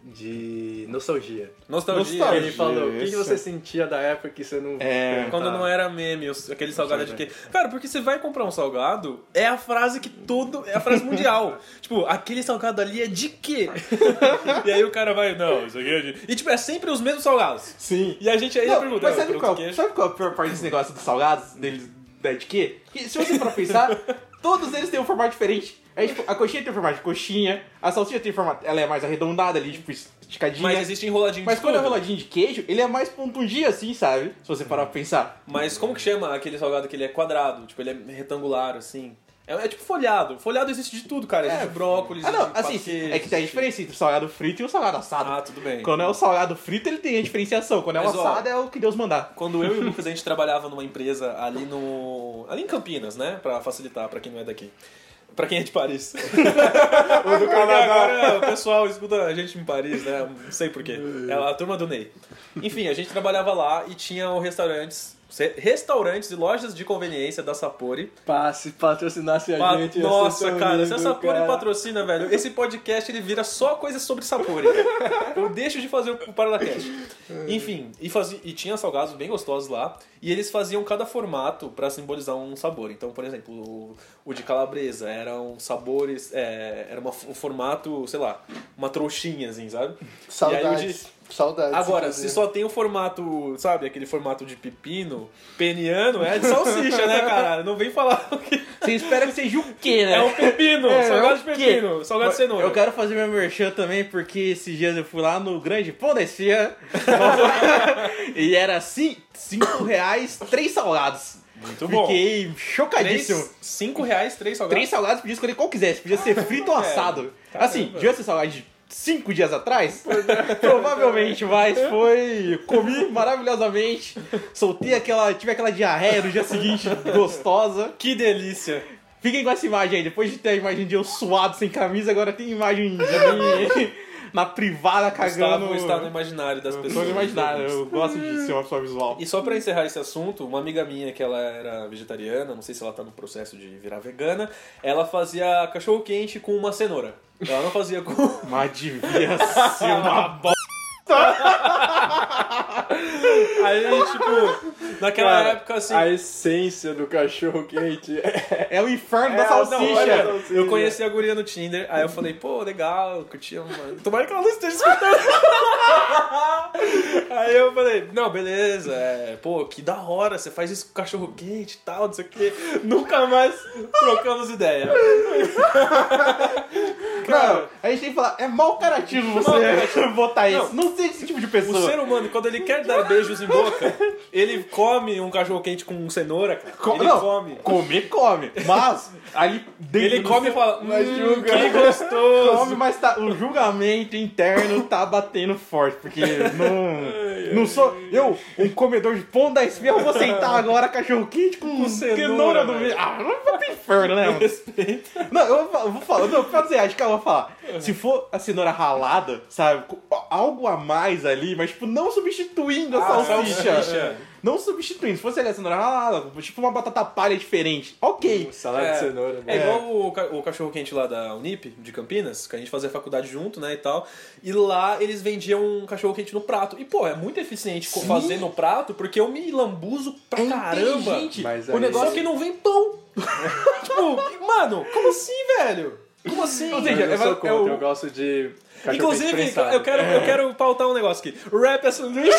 D: de nostalgia.
B: Nostalgia.
C: nostalgia.
D: Ele falou: o que, que
C: Isso.
D: você sentia da época que você não.
C: É.
B: Quando não era meme, os- aquele salgado é de quê? Cara, porque você vai comprar um salgado, é a frase que todo. É a frase mundial. tipo, aquele salgado ali é de quê? e aí o cara vai, não, isso aqui é de. E tipo, é sempre os mesmos salgados.
C: Sim.
B: E a gente ainda
C: Não,
B: pergunta,
C: mas
B: "Ah,
C: sabe
B: presunto
C: qual,
B: queijo?"
C: sabe qual é a pior parte desse negócio dos salgados? Deles, da de quê? Que se você for pensar, todos eles têm um formato diferente. É, tipo, a coxinha tem um formato de coxinha, a salsicha tem um formato. Ela é mais arredondada ali, tipo, esticadinha.
B: Mas
C: Mas,
B: existe enroladinho de
C: quando é
B: tudo.
C: roladinho de queijo, ele é mais pontudinho assim, sabe? Se você parar pra pensar.
B: Mas como que chama aquele salgado que ele é quadrado? Tipo, ele é retangular, assim. É, é tipo folhado. Folhado existe de tudo, cara. Existe de É, brócolis,
C: Ah, não,
B: de
C: assim,
B: patê,
C: é que tem a
B: existe-
C: diferença entre o salgado frito e o salgado assado.
B: Ah, tudo bem.
C: Quando é o salgado frito, ele tem a diferenciação. Quando é o
B: Mas, ó,
C: assado, é o que Deus mandar.
B: Quando eu e o Lucas a gente trabalhava numa empresa ali no. ali em Campinas, né? Pra facilitar pra quem não é daqui. Pra quem é de Paris.
D: O do
B: Porque
D: Canadá.
B: agora o pessoal escuta a gente em Paris, né? Não sei porquê. É a turma do Ney. Enfim, a gente trabalhava lá e tinha o restaurantes, restaurantes e lojas de conveniência da Sapori.
D: Pá, se patrocinasse a
B: Pa-
D: gente. ia ser
B: Nossa,
D: tão
B: cara, é se
D: lindo,
B: a Sapori
D: cara.
B: patrocina, velho, esse podcast ele vira só coisas sobre Sapori. Eu deixo de fazer o Paralacast. Enfim, e, fazia, e tinha salgados bem gostosos lá, e eles faziam cada formato pra simbolizar um sabor. Então, por exemplo, o, o de calabresa eram sabores, é, era uma, um formato, sei lá, uma trouxinha, assim, sabe?
E: Saudades.
B: E aí o de-
E: Saudades.
B: Agora, se só tem o formato, sabe, aquele formato de pepino, peniano, é de salsicha, né, cara? Não vem falar o que
C: Você espera que seja o quê, né?
B: é um pepino,
C: É,
B: salgado de
C: é o quê?
B: pepino, salgado de cenoura.
C: Eu quero fazer meu merchan também, porque esses dias eu fui lá no Grande Pão da Esfia e era 5 reais, três salgados.
B: Muito bom.
C: Fiquei
B: Três-
C: chocadíssimo.
B: cinco reais, três salgados.
C: Três salgados podia escolher qual quisesse, podia ser frito ou
B: É,
C: assado.
B: caramba.
C: Assim, devia ser salgado de cinco dias atrás?
B: é.
C: Provavelmente, mas foi. Comi maravilhosamente, soltei aquela. tive aquela diarreia no dia seguinte, gostosa.
B: Que delícia.
C: Fiquem com essa imagem aí. Depois de ter a imagem de eu suado sem camisa, agora tem imagem de mim na privada cagando.
B: Gustavo está no imaginário das
C: Tô
B: pessoas.
C: no imaginário, eu gosto de ser uma pessoa visual.
B: E só pra encerrar esse assunto, uma amiga minha que ela era vegetariana, não sei se ela tá no processo de virar vegana, ela fazia cachorro quente com uma cenoura. Ela não fazia com.
C: Mas devia ser uma bosta.
B: Aí, tipo, naquela
D: Cara,
B: época assim.
D: A essência do cachorro quente é
C: É o inferno da
D: É, não, olha,
C: salsicha.
B: Eu conheci a guria no Tinder, aí eu falei, pô, legal, eu curti, mano. Tomara que ela não esteja escutando. aí eu falei, não, beleza, é, pô, que da hora, você faz isso com cachorro quente e tal, não sei o quê. Nunca mais trocamos ideia.
C: Cara, a gente tem que falar, é mal caratismo você botar isso. Não seja esse tipo de
B: O
C: pessoa.
B: ser humano, quando ele quer dar beijos em boca, ele come um cachorro quente com cenoura, cara.
C: Co-
B: ele
C: não,
B: come.
C: Comer, come. Mas, ali dentro
B: Ele
C: do
B: come e
C: seu-
B: fala,
D: Mas
B: hum,
D: julga.
B: que gostoso.
C: Come, mas tá- o julgamento interno tá batendo forte, porque não, não sou eu, um comedor de pão da esfirra, eu vou sentar agora cachorro quente com,
B: cenoura, né?
C: cenoura do
B: velho.
C: meio. Ah, não vai pro inferno, né? mano? Não, eu vou, eu vou falar, não, pode dizer, acho que eu vou falar. Se for a cenoura ralada, sabe, com algo a mais ali, mas tipo, não substituindo a
B: Ah,
C: salsicha.
B: salsicha.
C: Não substituindo, se fosse ali a cenoura ralada, tipo uma batata palha diferente, ok.
D: salada
B: É.
D: de cenoura. né?
B: É
D: mano.
B: igual o, ca- o cachorro-quente lá da Unip, de Campinas, que a gente fazia faculdade junto, né, e tal. E lá eles vendiam um cachorro-quente no prato. E, pô, é muito eficiente co- fazer no prato, porque eu me lambuzo
D: É
B: pra caramba.
C: Gente,
D: Mas é
C: o
D: aí-
C: negócio
B: Só que não vem pão. tipo, mano, como
C: é
B: assim, velho? Como assim?
C: Ou
D: Mas
C: seja,
D: eu sou
C: eu-
D: contra,
C: eu-
D: eu gosto de cachorro quente
B: Inclusive,
D: prensado. É.
B: eu quero, eu quero pautar um negócio aqui. Rap é sanduíche.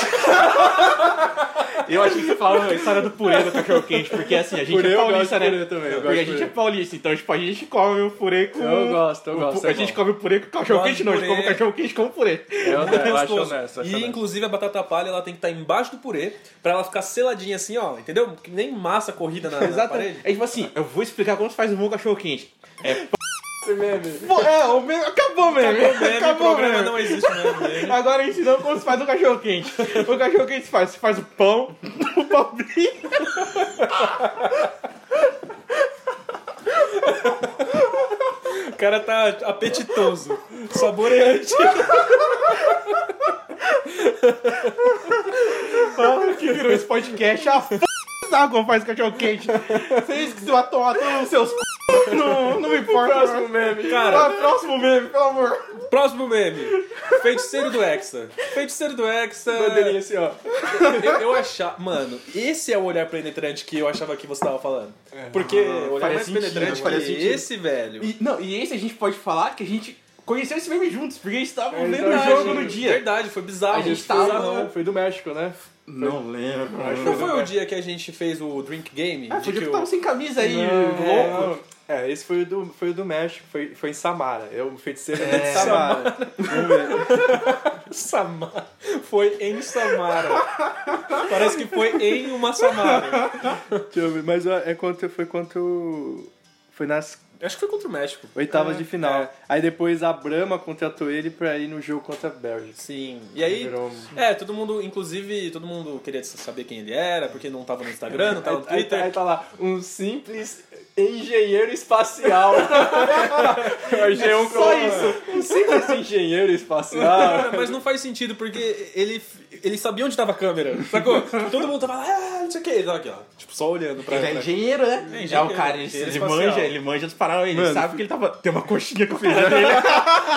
C: Eu achei que você falava a história do purê do cachorro quente, porque assim, a gente
D: Purê,
C: é
D: eu
C: paulista,
D: gosto de
C: né?
D: purê também, eu
C: porque
D: gosto
C: a
D: de
C: gente é
D: purê.
C: paulista, então tipo, a gente come o purê com.
D: Eu gosto, eu
C: o
D: gosto,
C: pu-
D: é
C: a gente
D: bom.
C: come o purê com cachorro quente, não, a gente
B: Gosto
C: come
B: de
C: o cachorro quente com o purê.
D: Eu, eu acho
B: Gostoso.
D: honesto. acho
B: E
D: honesto.
B: inclusive a batata palha ela tem que estar embaixo do purê pra ela ficar seladinha assim, ó, entendeu? Que nem massa corrida na, na
C: Exatamente.
B: parede.
C: É tipo assim, eu vou explicar como se faz um bom cachorro quente.
D: Esse meme.
C: Pô, é, o meme. Acabou mesmo.
B: Meme,
C: Acabou
B: o programa
C: mesmo.
B: não existe mesmo.
C: é. Agora ensinando como se faz um cachorro quente. O cachorro quente se faz, se faz o pão, o pão bico.
B: O cara tá apetitoso, saboreante.
C: Mano, que virou esse podcast. Ah, f... sabe como faz cachorro quente. Vocês que vão tomar todos os seus p... não, não me importa. Próximo meme.
B: Cara.
C: próximo meme, pelo amor.
B: Próximo meme. Feiticeiro do Hexa. Feiticeiro do Hexa.
D: Bandeirinha assim, ó.
B: Eu, eu achava. Mano, esse é o olhar penetrante que eu achava que você tava falando. Porque o olhar
C: Ah, faria
B: mais
C: sentido,
B: penetrante
C: faria
B: que
C: sentido.
B: esse, velho.
C: E, não, e esse a gente pode falar que a gente conheceu esse meme juntos, porque a gente tava
D: É
C: lendo o
D: verdade.
C: jogo no dia.
B: Verdade, foi bizarro.
C: A gente
B: foi
C: tava-
B: bizarro.
D: Não, foi do México, né?
C: Não lembro. Acho
B: Tá Não foi o dia que a gente fez o Drink Game? De
C: Ah, foi o dia
B: que
C: que
B: o-
C: tava sem camisa aí, louco.
D: Não. É, esse foi o do, foi o do México, foi, foi em Samara. Eu feiticeiro
C: É.
D: de Samara.
B: Samara. Foi em Samara. Parece que foi em uma Samara.
D: Deixa eu ver, Mas ó, é contra, foi contra o. Foi nas
B: Acho que foi contra o México.
D: oitavas
F: É,
D: de final.
B: é.
D: Aí depois a Brahma contratou ele pra ir no jogo contra a Bélgica.
B: Sim. E aí,
D: Virou- um
B: é, todo mundo, inclusive, todo mundo queria saber quem ele era, porque não tava no Instagram, não tava no
D: Aí- aí, tá- aí
B: Twitter.
D: tá lá, um simples engenheiro espacial.
C: É
D: Só isso, um simples engenheiro espacial.
B: Cara, mas não faz sentido, porque ele, ele sabia onde tava a câmera, sacou? Todo mundo tava lá, ah, não sei o que, ele tava aqui, ó. Tipo, só olhando pra
C: Ele é engenheiro, né?
B: É
C: É,
B: engenheiro,
C: o cara, ele,
B: engenheiro
C: ele
B: espacial.
C: manja, ele manja dos paradas, ele
D: Mano.
C: sabe que ele tava. Tem uma coxinha que eu fiz ali.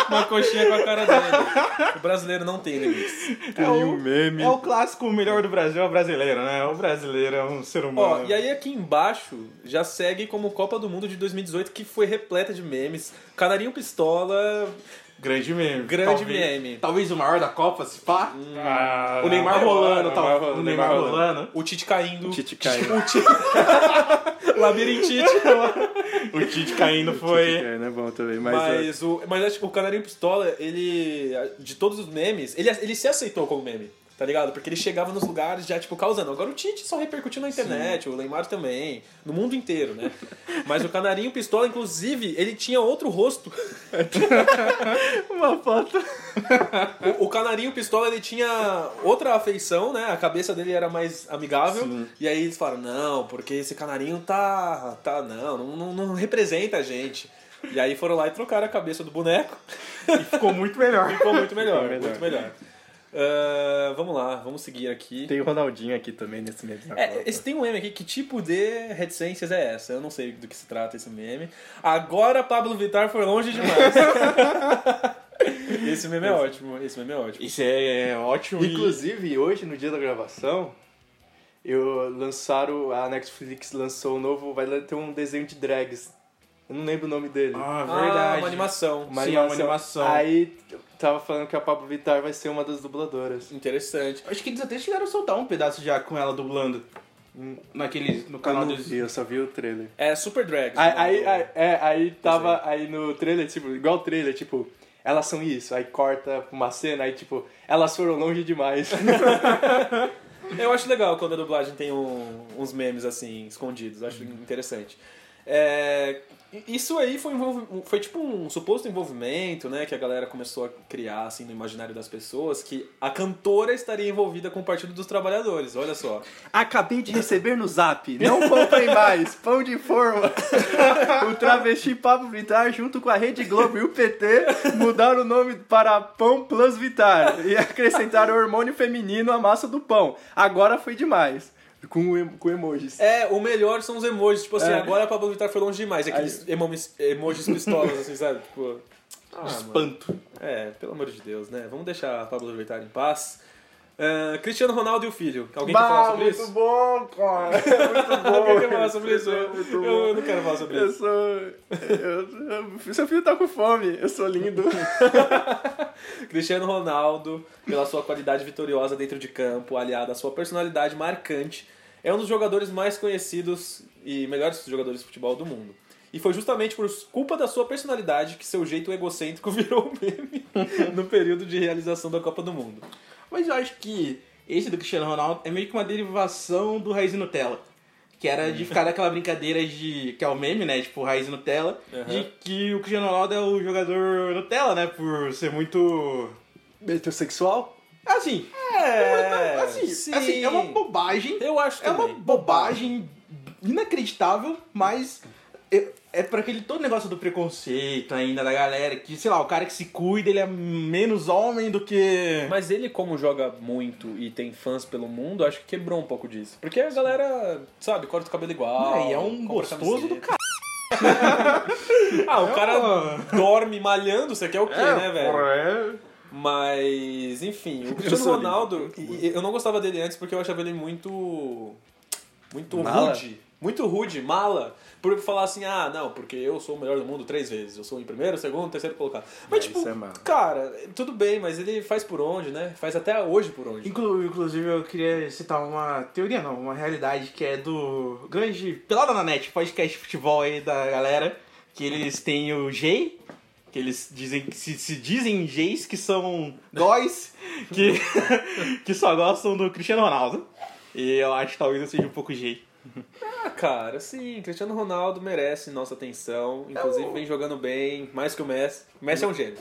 B: uma coxinha com a cara dele. O brasileiro não tem limites.
C: É o,
D: um meme.
C: é o clássico o melhor do Brasil, é o brasileiro, né? O brasileiro é um ser
B: Ó,
C: humano.
B: e aí aqui embaixo já segue como Copa do Mundo de 2018, que foi repleta de memes. Canarinho Pistola,
C: Grande meme.
B: grande
C: talvez.
B: meme.
C: Talvez o maior da Copa, se pá.
F: Ah,
C: o Neymar rolando,
F: Neymar
C: tal.
F: rolando,
C: O Neymar
F: Neymar rolando.
C: rolando.
B: O Tite caindo.
D: Tite caindo.
B: O Tite... Labirintite.
C: O Tite caindo foi.
D: É, não é bom também, mas... ó,
B: Mas, o, mas acho que o Canarinho Pistola, ele. De todos os memes, ele, ele se aceitou como meme, tá ligado? Porque ele chegava nos lugares já, tipo, causando. Agora o Tite só repercutiu na internet, o Neymar também, no mundo inteiro, né? Mas o Canarinho Pistola, inclusive, ele tinha outro rosto.
D: Uma foto.
B: O, o Canarinho Pistola, ele tinha outra afeição, né? A cabeça dele era mais amigável. E aí eles falaram, não, porque esse canarinho tá. tá não, não, não- não representa a gente. E aí foram lá e trocaram a cabeça do boneco.
C: E ficou muito melhor.
B: Ficou muito melhor,
D: Ficou melhor.
B: muito melhor. Ah, vamos lá, vamos seguir aqui.
D: Tem o Ronaldinho aqui também nesse meme da Copa.
B: É, esse tem um meme aqui, que tipo de reticências é essa? Eu não sei do que se trata esse meme. Agora Pablo Vittar foi longe demais. esse meme é ótimo, esse meme é ótimo.
C: Isso é, é ótimo. e-
D: Inclusive, hoje, no dia da gravação, eu lançaram. A Netflix lançou um novo. Vai ter um desenho de drags. Eu não lembro o nome dele.
C: Ah,
B: Ah,
C: verdade.
B: uma animação.
C: Sim, é uma animação.
D: Aí t- tava falando que a Pablo Vittar vai ser uma das dubladoras.
B: Interessante.
C: Acho que eles até chegaram a soltar um pedaço já com ela dublando. Hum, Naquele. No canal
D: eu
C: do.
D: não vi, eu só vi o trailer.
B: É Super Drags.
D: Aí,
B: né?
D: aí, aí- é, aí tava aí no trailer, tipo, igual o trailer, tipo, elas são isso. Aí corta pra uma cena, aí tipo, elas foram longe demais.
B: Eu acho legal quando a dublagem tem um- uns memes assim, escondidos. Acho interessante. É, isso aí foi, envolv- foi tipo um suposto envolvimento, né? Que a galera começou a criar assim no imaginário das pessoas que a cantora estaria envolvida com o Partido dos Trabalhadores. Olha só.
D: Acabei de receber no zap. Não comprem mais. Pão de forma. O travesti Pablo Vittar, junto com a Rede Globo e o PT, mudaram o nome para Pão Plus Vittar e acrescentaram o hormônio feminino à massa do pão. Agora foi demais. Com, em- com emojis.
B: É, o melhor são os emojis. Tipo assim,
D: É.
B: agora a Pablo Vittar foi longe demais. Aqueles emojis, emojis pistolas, assim, sabe? Tipo. Ah, mano.
C: Espanto.
B: É, pelo amor de Deus, né? Vamos deixar a Pablo Vittar em paz. Ah, Cristiano Ronaldo e o filho. Alguém quer falar sobre isso?
F: bom, cara.
B: Eu quero falar sobre isso. Eu, eu não quero falar sobre
D: Eu
B: isso.
D: sou. eu- eu- seu filho tá com fome. Eu sou lindo.
B: Cristiano Ronaldo, pela sua qualidade vitoriosa dentro de campo, aliada à sua personalidade marcante, é um dos jogadores mais conhecidos e melhores jogadores de futebol do mundo. E foi justamente por culpa da sua personalidade que seu jeito egocêntrico virou um meme no período de realização da Copa do Mundo.
C: Mas eu acho que esse do Cristiano Ronaldo é meio que uma derivação do Raiz e Nutella. Que era
B: Uhum.
C: de ficar daquela brincadeira de. que é o meme, né? Tipo, Raiz e Nutella.
B: Aham.
C: De que o Cristiano Ronaldo é o jogador Nutella, né? Por ser muito.
D: Heterossexual?
C: Assim.
B: É,
C: assim,
B: sim.
C: assim, é uma bobagem.
B: Eu acho
C: É uma
B: também.
C: bobagem inacreditável, mas é, é para aquele todo negócio do preconceito ainda da galera, que, sei lá, o cara que se cuida, ele é menos homem do que.
B: Mas ele, como joga muito e tem fãs pelo mundo, acho que quebrou um pouco disso. Porque a galera, sabe, corta o cabelo igual.
C: É, e é um
B: compra
C: gostoso do É
B: camiseta. Ah, o cara dorme malhando, você quer
D: É,
B: o quê, né, velho?
F: velho?
B: Mas, enfim, o Cristiano
D: sou
B: Ronaldo, e- e- eu não gostava dele antes porque eu achava ele muito. Muito
D: Mala?
B: rude. Muito rude, mala. Por falar assim, ah, não, porque eu sou o melhor do mundo três vezes. Eu sou em primeiro, segundo, terceiro colocado. Mas,
D: É,
B: tipo,
D: isso é mala.
B: cara, tudo bem, mas ele faz por onde, né? Faz até hoje por onde.
C: Inclu- Inclusive, eu queria citar uma teoria, não, uma realidade que é do grande Pelada na Net, podcast de futebol aí da galera, que eles têm o Jay, que eles dizem que se, se dizem Jays que são góis, que, que só gostam do Cristiano Ronaldo. E eu acho que talvez eu seja um pouco Jay.
B: Ah, cara, sim, Cristiano Ronaldo merece nossa atenção.
C: É
B: Inclusive, vem jogando bem, mais que o Messi. O Messi é um gênio.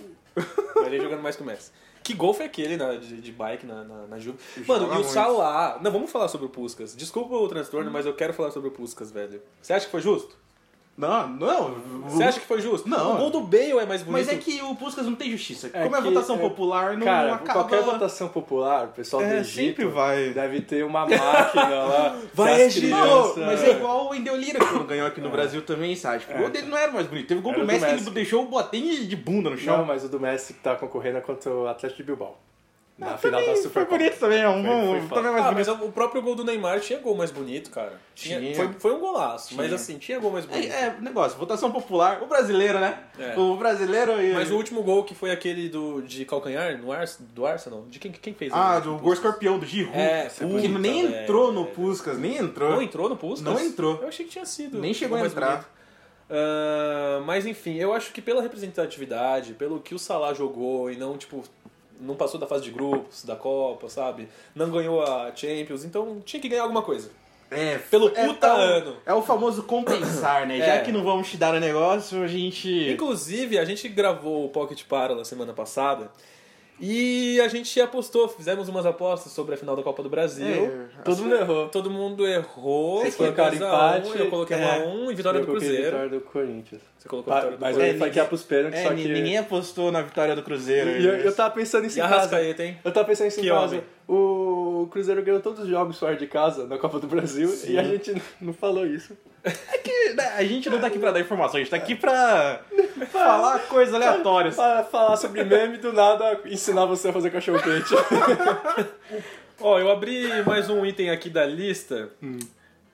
B: Mas vem jogando mais que o Messi. Que gol foi aquele na- de, de bike na, na, na Juve? Mano, e o
C: muito.
B: Salah. Não, vamos falar sobre o Puskas. Desculpa o transtorno, mas eu quero falar sobre o Puskas, velho. Você acha que foi justo?
C: Não, não.
B: Você acha que foi justo?
C: Não.
B: O gol do Bale é mais bonito.
C: Mas é que o Puskas não tem justiça.
D: É
C: Como é
D: que-
C: votação
D: é-
C: popular, não
D: Cara,
C: acaba...
D: qualquer votação popular, o pessoal do
G: É,
D: Egito
G: sempre vai.
D: deve ter uma máquina lá.
B: Vai,
D: das
B: Egito!
C: Não,
D: crianças.
C: mas é igual o Endel Lira quando ganhou aqui no Brasil também, sabe? Tipo, o gol dele não era mais bonito. Teve gol
D: Era
C: do
D: do
C: Messi que ele
D: Messi.
C: deixou o Boateng de bunda no
D: Não,
C: chão.
D: mas o do Messi que tá concorrendo é contra o Atlético de Bilbao. Na
G: Ah,
D: final da
G: também Foi
D: Supercopa.
G: bonito também, é um
D: Foi-
G: bom.
D: foi foda.
G: também é mais
B: Ah,
G: bonito.
B: mas o próprio gol do Neymar tinha gol mais bonito, cara. Tinha,
C: Tinha.
B: Foi, foi um golaço, mas assim, tinha gol mais bonito.
C: É, é, negócio, votação popular. O brasileiro, né?
B: É.
C: O brasileiro e...
B: Mas o último gol que foi aquele do, de calcanhar no Ars, do Arsenal? De quem, quem fez?
C: Ah,
B: ele?
C: do gol escorpião do Giroud.
B: tipo, É,
C: que
B: puta,
C: nem
B: velho.
C: entrou no Puskas, nem entrou.
B: Não entrou no Puskas?
C: Não entrou.
B: Eu achei que tinha sido.
C: Nem
B: Gol
C: chegou a
B: mais
C: entrar.
B: bonito. Ah, mas enfim, eu acho que pela representatividade, pelo que o Salah jogou e não, tipo, não passou da fase de grupos, da Copa, sabe? Não ganhou a Champions, então tinha que ganhar alguma coisa.
C: É,
B: Pelo
C: é,
B: puta
C: é o-
B: ano.
C: É o famoso compensar, né? Já
B: É.
C: que não vamos te dar o negócio, a gente...
B: Inclusive, a gente gravou o Pocket Para na semana passada e a gente apostou, fizemos umas apostas sobre a final da Copa do Brasil.
D: Todo mundo errou.
B: Todo mundo errou,
D: É, Vocês
B: foi
D: colocaram
B: 2 a
D: empate,
B: um, eu coloquei 1
C: é.
B: a 1 e vitória
D: Eu
B: do
D: coloquei
B: Cruzeiro.
D: vitória do Corinthians.
B: Você colocou a vitória
D: Pa-
B: do
D: Mas
B: Cruzeiro.
D: eu
C: É,
D: ia
C: ninguém-
D: falar pros pênaltis,
C: É,
D: só
C: ni-
D: que...
C: ninguém apostou na vitória do Cruzeiro.
D: E eu, eu tava pensando nisso
B: E
D: em
B: a
D: casa.
B: Rascaeta, hein?
D: Eu tava pensando isso em
B: Que
D: casa.
B: homem.
D: O Cruzeiro ganhou todos os jogos fora de casa na Copa do Brasil e a gente n- não falou isso.
C: que, né, a gente não tá aqui pra dar informação, a gente tá aqui pra falar coisas aleatórias.
D: Pra falar sobre meme, do nada ensinar você a fazer cachorro quente.
B: Ó, eu abri mais um item aqui da lista.
D: Hum.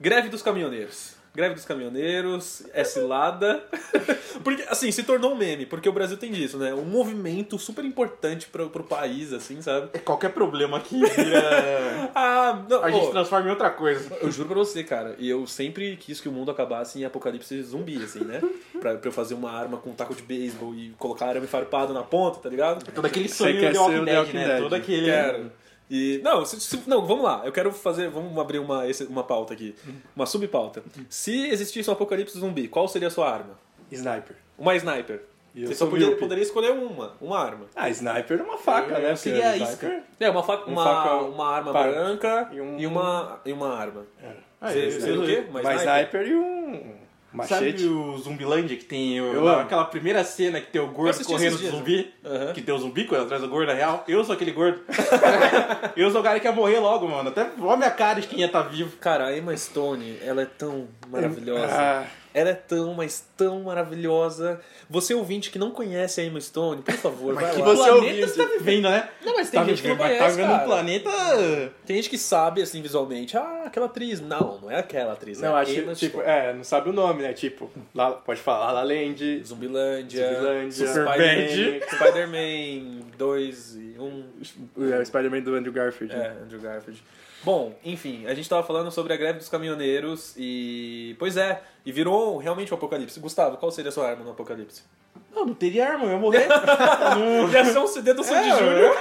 B: Greve dos caminhoneiros. Greve dos caminhoneiros, é cilada. porque, assim, se tornou um meme, porque o Brasil tem disso, né? Um movimento super importante pro, pro país, assim, sabe?
C: É, Qualquer problema aqui vira.
B: Ah, não,
C: A gente
B: ó,
C: transforma em outra coisa.
B: Eu juro pra você, cara, e eu sempre quis que o mundo acabasse em apocalipse zumbi, assim, né? Pra, pra eu fazer uma arma com um taco de beisebol e colocar arame farpado na ponta, tá ligado?
C: Todo aquele
D: Você
C: sonho
D: quer
C: de
D: ser
C: Walking
D: o
C: Dead,
D: Walking
C: né?
D: Dead.
C: Todo aquele.
B: Quero. E, não, se- se- não, vamos lá. Eu quero fazer. Vamos abrir uma, esse- uma pauta aqui. Uma subpauta. Se existisse um apocalipse zumbi, qual seria a sua arma?
D: Sniper.
B: Uma sniper.
D: E eu
B: Você só
D: sou
B: podia,
D: míope.
B: poderia escolher uma. Uma arma.
D: Ah, sniper é uma faca, né?
C: seria
D: cara?
C: a isca.
D: Sniper.
B: É, uma, faca,
D: Um
B: uma,
D: facão.
B: uma arma
D: Pá.
B: branca e,
D: E um-
B: uma, e uma arma.
C: Ah,
B: Seria-
C: é,
B: seria o
C: é,
B: quê?
D: Mas
B: Uma sniper?
D: sniper e um machete.
C: Sabe o Zumbilândia que tem o-
D: Eu amo.
C: aquela primeira cena que tem o
B: Eu
C: gordo
B: assisti
C: correndo
B: esses
C: do
B: dias,
C: zumbi?
B: Aham.
C: Que tem o zumbi correndo atrás do gordo, na real. Eu sou aquele gordo. eu sou o cara que ia morrer logo, mano. Até olha a minha cara de quem ia estar vivo.
B: Cara, a Emma Stone, ela é tão maravilhosa.
D: Ah.
B: Ela é tão, mas tão maravilhosa. Você ouvinte que não conhece a Emma Stone, por favor, vai
D: que
B: lá.
D: você
C: planeta
D: ouvinte.
C: você tá vivendo, né?
B: Não, mas tem
C: Tá
B: gente que não
C: vivendo, mas
B: conhece,
C: tá vivendo
B: cara.
C: um planeta.
B: Tem gente que sabe, assim, visualmente, ah, aquela atriz. Não, não é aquela atriz.
D: Não,
B: é
D: acho que,
B: Emma
D: tipo,
B: Stone.
D: é, não sabe o nome, né? Tipo, lá, pode falar La La Land,
B: Zumbilândia,
D: Zumbilândia,
B: Spider-Man, Spider-Man 2 e 1,
D: o Spider-Man do Andrew Garfield. Ah,
B: é, Andrew Garfield. Bom, enfim, a gente tava falando sobre a greve dos caminhoneiros e... Pois é, e virou realmente um apocalipse. Gustavo, qual seria a sua arma no apocalipse?
C: Não, não teria arma, eu ia morrer.
B: É,
C: não,
B: Ia ser um CD do Sandy Júnior.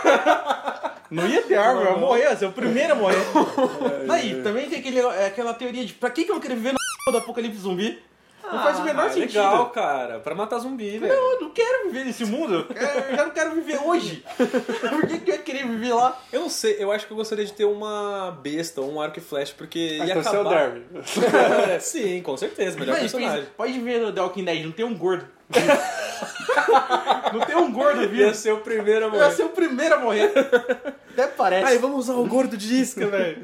C: não ia ter arma, eu ia morrer, eu ia ser o primeiro a morrer. Aí, também tem aquele, é aquela teoria de pra que, que eu vou querer viver no do apocalipse zumbi? Não faz o menor
B: Ah,
C: sentido.
B: legal, cara, pra matar zumbi, velho.
C: Eu não quero viver nesse mundo. Eu já não quero viver hoje. Por que, que eu ia querer viver lá?
B: Eu não sei, eu acho que eu gostaria de ter uma besta ou um arco e flecha, porque
D: Ah,
B: ia
D: então você é o
B: acabar...
D: Darwin.
B: É, Sim, com certeza, melhor
C: Mas,
B: personagem.
C: pensa, pode ver no The Walking Dead, não tem um gordo. não tem um gordo vivo.
B: Ia ser o primeiro a
C: Eu ia
B: morrer.
C: ser o primeiro a morrer. Até parece.
B: vamos usar o gordo de isca, velho.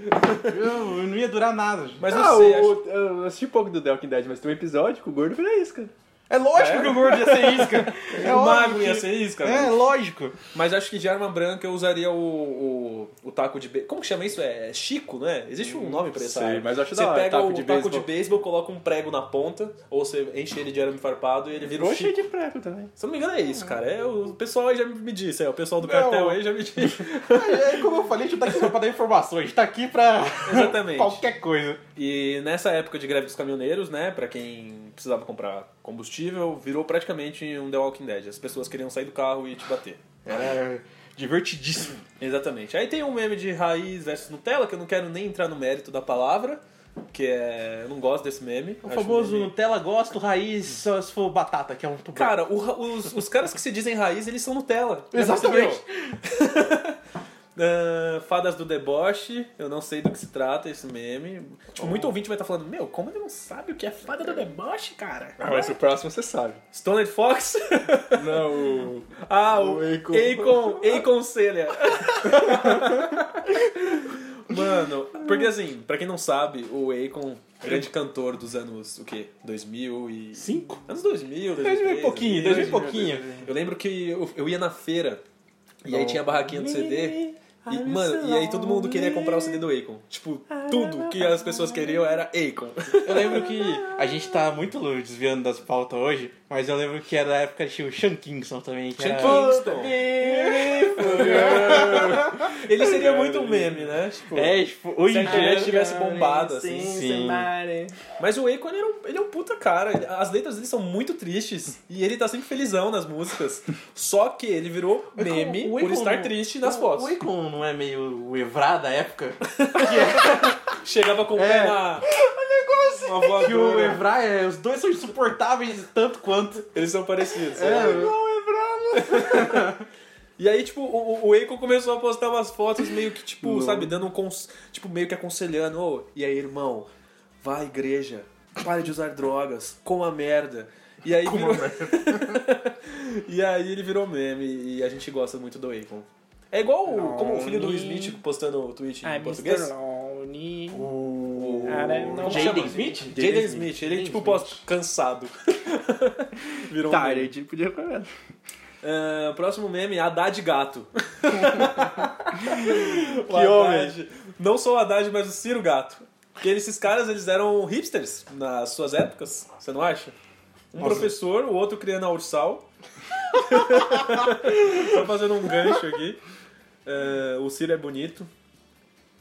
C: Eu, eu não ia durar nada.
B: Mas
D: ah,
B: você
D: o- o- eu assisti pouco do The Walking Dead, mas tem um episódio que o gordo vira isca.
C: É lógico que o gordo ia ser isca. É
B: acha o mago
C: óbvio
B: ia
C: que-
B: ser isca,
C: É,
B: velho.
C: lógico.
B: Mas acho que de arma branca eu usaria o, o, o taco de beisebol. Como que chama isso? É chico, né? Existe um nome pra essa
D: sei,
B: arma.
D: mas eu acho
B: Você
D: da hora,
B: pega
D: taco
B: o
D: de
B: taco de
D: beisebol.
B: beisebol, coloca um prego na ponta, ou você enche ele de arame farpado e ele vira um
D: Virou cheio
B: chico.
D: de prego também.
B: Se eu não me engano é isso, cara. É, o pessoal aí já me disse, é, o pessoal do cartel aí já me disse.
C: É, é, como eu falei, a gente não tá aqui só pra dar informação, a gente tá aqui pra
B: Exatamente.
C: qualquer coisa.
B: E nessa época de greve dos caminhoneiros, né, pra quem precisava comprar combustível, virou praticamente um The Walking Dead. As pessoas queriam sair do carro e te bater.
C: Era É, divertidíssimo.
B: Exatamente. Aí tem um meme de raiz versus Nutella, que eu não quero nem entrar no mérito da palavra, que é. Eu não gosto desse meme.
C: É O
B: acho
C: famoso
B: meme-
C: Nutella gosto, raiz, só se for batata, que é um tubo.
B: Cara, o ra- os, os caras que se dizem raiz, eles são Nutella.
C: Exatamente.
B: Ah, Fadas do Deboche, eu não sei do que se trata esse meme. Tipo,
C: Oh.
B: muito ouvinte vai estar falando, meu, como ele não sabe o que é Fada do Deboche, cara?
D: Ah, mas o próximo você sabe.
B: Stoned Fox?
D: Não, É o-
B: Ah, o
D: O Akon.
B: Akon, Akon Celia. Mano, porque assim, pra quem não sabe, o Akon, grande cantor dos anos, o quê? 2000 e...
C: Cinco?
B: Anos 2000, 2003,
C: Dois mil e pouquinho, dois mil e pouquinho.
B: Eu lembro que eu, eu ia na feira e aí tinha a barraquinha do CD. E, mano, e aí todo mundo queria comprar o CD do Akon. Tipo, tudo que as pessoas queriam era Akon.
C: Eu lembro que a gente tá muito desviando das pautas hoje, mas eu lembro que era da época que tinha o Sean Kingston também. Que
B: Sean
C: era-
B: Kingston. Ele seria
D: Cara,
B: muito um meme, né? Tipo,
C: É, tipo, hoje
B: se a
C: em dia...
B: internet tivesse bombado, assim.
C: Sim.
B: Mas o Akon, ele, é um, ele é um puta cara. Ele- As letras dele são muito tristes. E ele tá sempre felizão nas músicas. Só que ele virou meme
C: É o
B: por
C: Akon
B: estar
C: não-
B: triste nas
C: o-
B: fotos.
C: O Akon não é meio o Evra da época?
B: Chegava com o pé
C: É.
B: na... Uma
C: que o
B: voadora.
C: Evra é... Os dois são insuportáveis tanto quanto.
B: Eles são parecidos.
C: É,
B: E aí, tipo, o, o Akon começou a postar umas fotos meio que, tipo, sabe, dando um cons... Tipo, meio que aconselhando, ô, e aí, irmão, vá à igreja, pare de usar drogas, coma merda. E aí virou... E aí ele virou meme e a gente gosta muito do Akon. É igual o- como o filho do Will Smith postando o tweet em português.
E: Lonely.
B: O...
E: Cara, não-
B: como
E: Jaden
B: né? chama?
C: Smith?
B: Jaden Smith. Ele, tipo, posta cansado. virou
D: Tá,
B: um meme.
E: Tired, podia comer.
B: Ah, próximo meme, Haddad Gato. que
C: homem.
B: Não só o Haddad, mas o Ciro Gato. Porque esses caras, eles eram hipsters nas suas épocas, você não acha? Um professor, o outro criando a ursal. Só fazendo um gancho aqui. Ah, o Ciro é bonito.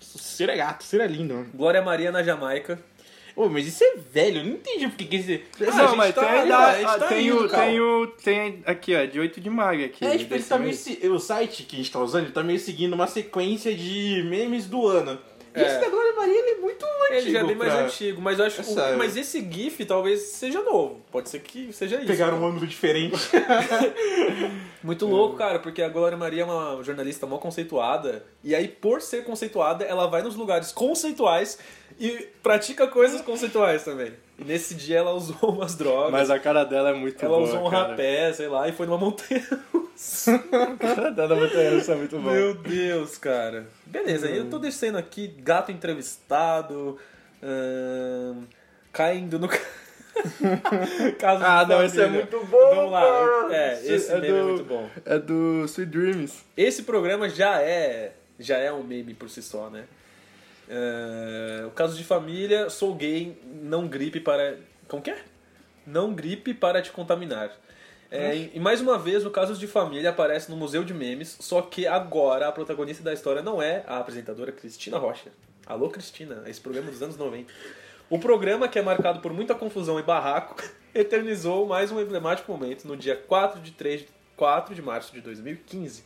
C: O Ciro é gato, o Ciro é lindo, mano.
B: Glória Maria na Jamaica.
C: Ô, mas isso é velho, eu não entendi por que que esse...
B: a gente
D: não, mas
B: tá
D: tem,
B: indo,
C: né?
D: da-
B: a
C: Ah,
B: gente tá
D: tem,
B: indo,
D: o,
B: cara.
D: tem o. Tem aqui, ó, de 8 de maio aqui.
C: É, tipo, ele
D: desse
C: tá meio
D: mês.
C: se- O site que a gente tá usando, ele tá meio seguindo uma sequência de memes do ano. E
B: É.
C: esse da Glória Maria, ele é muito antigo.
B: Ele já é bem mais
C: pra-
B: antigo, mas eu acho.
C: É sério.
B: mas esse GIF talvez seja novo. Pode ser que seja isso.
C: Pegaram um ângulo diferente.
D: É.
B: Muito louco, cara, porque a Glória Maria é uma jornalista mó conceituada. E aí, por ser conceituada, ela vai nos lugares conceituais e pratica coisas conceituais também. E nesse dia ela usou umas drogas.
D: Mas a cara dela é muito
B: ela
D: boa.
B: usou um
D: cara.
B: rapé, sei lá, e foi numa montanha.
D: A cara dela é muito- essa é muito boa.
B: Meu Deus, cara. Beleza, aí eu
D: Hum.
B: tô descendo aqui, gato entrevistado, ahn, caindo no. Caso
D: Ah,
B: de
D: não, esse é
B: família.
D: muito bom,
B: Vamos lá.
D: cara.
B: É,
D: Esse
B: esse
D: é
B: meme é
D: do-
B: muito bom.
D: É do Sweet Dreams.
B: Esse programa já é já é um meme por si só, né? É, o caso de família, sou gay, não gripe para. Como que é? Não gripe para te contaminar. É, e e mais uma vez, o caso de família aparece no Museu de Memes, só que agora a protagonista da história não é a apresentadora Cristina Rocha. Alô, Cristina, esse programa é dos anos 90. O programa, que é marcado por muita confusão e barraco, eternizou mais um emblemático momento no dia 4 de, 3, 4 de março de 2015.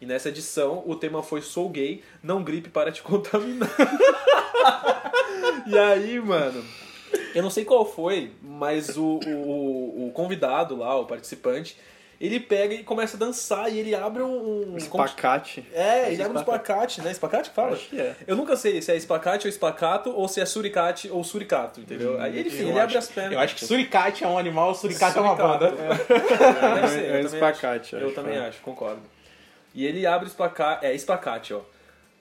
B: E nessa edição, o tema foi Sou Gay, não gripe para te contaminar. e aí, mano, eu não sei qual foi, mas o, o, o convidado lá, o participante, ele pega e começa a dançar e ele abre um. um
D: Espacate.
B: É, ele abre um espacate, né? Espacate que fala?
D: Acho que é.
B: Eu nunca sei se é espacate ou espacato, ou se é suricate ou suricato, entendeu? Aí, enfim,
C: Hum, eu
B: ele
C: acho-
B: abre as pernas.
C: Eu acho que suricate é um animal, suricate, é uma
B: Suricato.
C: banda.
B: É, deve ser,
D: É
B: eu também acho.
D: um
B: É.
D: espacate.
B: Eu também acho, concordo. E ele abre o espacate. É, espacate, ó.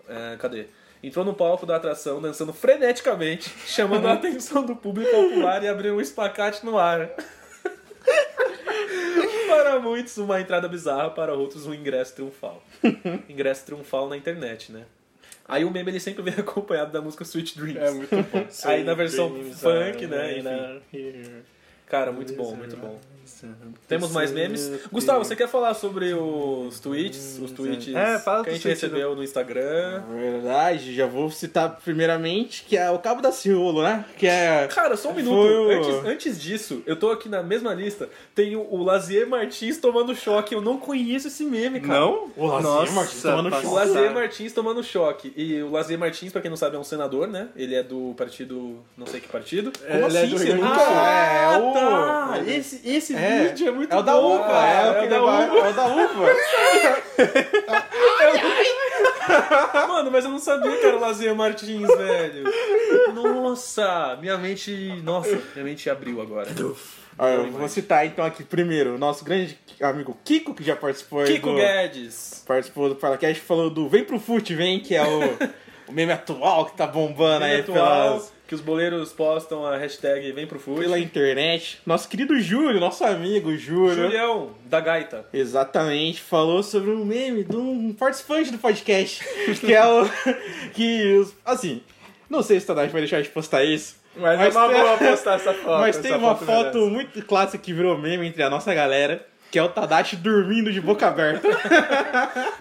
B: É, cadê? Entrou no palco da atração dançando freneticamente, chamando a atenção do público popular e abriu um espacate no ar. para muitos, uma entrada bizarra, para outros, um ingresso triunfal. Ingresso triunfal na internet, né? Aí o meme ele sempre vem acompanhado da música Sweet Dreams.
D: É muito bom.
B: Aí na versão
D: Sweet Dreams
B: funk,
D: are
B: né,
D: made
B: enfim.
D: out here.
B: Cara, muito bom, muito bom. Temos mais memes. Gustavo, você quer falar sobre os tweets? Os tweets
D: É, fala
B: que a
D: dos
B: gente
C: né?
D: tweets,
B: recebeu no Instagram.
C: Na verdade, já vou citar primeiramente que é o Cabo da Ciolo, né? Que é.
B: Cara, só um minuto.
C: Foi o-
B: Antes, antes disso, eu tô aqui na mesma lista. Tem o, o Lazier Martins tomando choque. Eu não conheço esse meme, cara.
D: Não?
C: O Lazier Martins tomando
B: O Lazier Martins tomando choque. E o Lazier Martins, pra quem não sabe, é um senador, né? Ele é do partido. não sei que partido.
D: Como
C: Ele é
D: assim?
C: do
D: você
C: Rio Grande do
D: nunca-
C: Sul. É, é o-
B: tá. Esse, esse
C: É.
B: vídeo é muito
C: É o da
B: bom,
C: UPA,
B: cara.
C: é, o que
B: da
C: vai-
B: UPA.
C: é o da UPA.
B: Mano, mas eu não sabia que era o Lazier Martins, velho. Nossa, minha mente. Nossa, minha mente abriu agora.
C: Ó, eu vou citar então aqui primeiro o nosso grande amigo Kiko, que já participou aí
B: Kiko
C: do,
B: Guedes.
C: participou do Parlacast, falou do Vem pro Fute, vem, que é o, o meme atual que tá bombando
B: Meme
C: aí
B: atual,
C: pelas-
B: que os boleiros postam a hashtag Vem pro Fute.
C: pela internet. Nosso querido Júlio, nosso amigo Júlio.
B: Julião, da Gaita.
C: Exatamente, falou sobre um meme de um participante do podcast, que é o. que. os- assim, não sei se o Tadashi vai deixar de postar isso.
D: Mas,
C: Mas
D: é uma
C: tem-
D: boa postar essa foto.
C: Mas tem
D: essa
C: uma foto
D: merece.
C: muito clássica que virou meme entre a nossa galera, que é o Tadashi dormindo de boca aberta.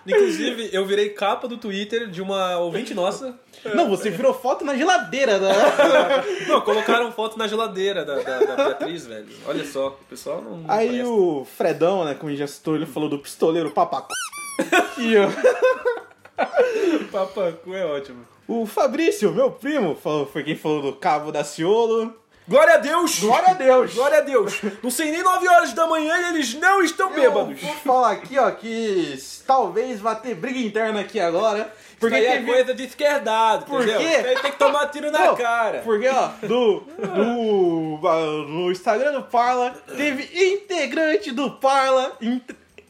B: Inclusive, eu virei capa do Twitter de uma ouvinte nossa.
C: Não, você virou foto na geladeira né? da.
B: Não, colocaram foto na geladeira da, da, da Beatriz, velho. Olha só, o pessoal não. não
C: Aí
B: presta.
C: o Fredão, né, como ele já citou, ele falou do pistoleiro papacó. E o-
B: Papacu é ótimo.
C: o Fabrício, meu primo, falou, foi quem falou do cabo da Ciolo.
B: Glória a Deus!
C: Glória a Deus!
B: Glória a Deus! Não sei nem 9 horas da manhã e eles não estão bêbados.
C: Eu vou falar aqui, ó, que talvez vá ter briga interna aqui agora.
B: Porque
C: Porque
B: aí é
C: teve-
B: coisa de esquerdado,
C: Por
B: entendeu?
C: quê?
B: Isso aí tem que tomar tiro na
C: Não,
B: cara.
C: Porque, ó, do, do- ah, no Instagram do Parla, teve integrante do Parla in-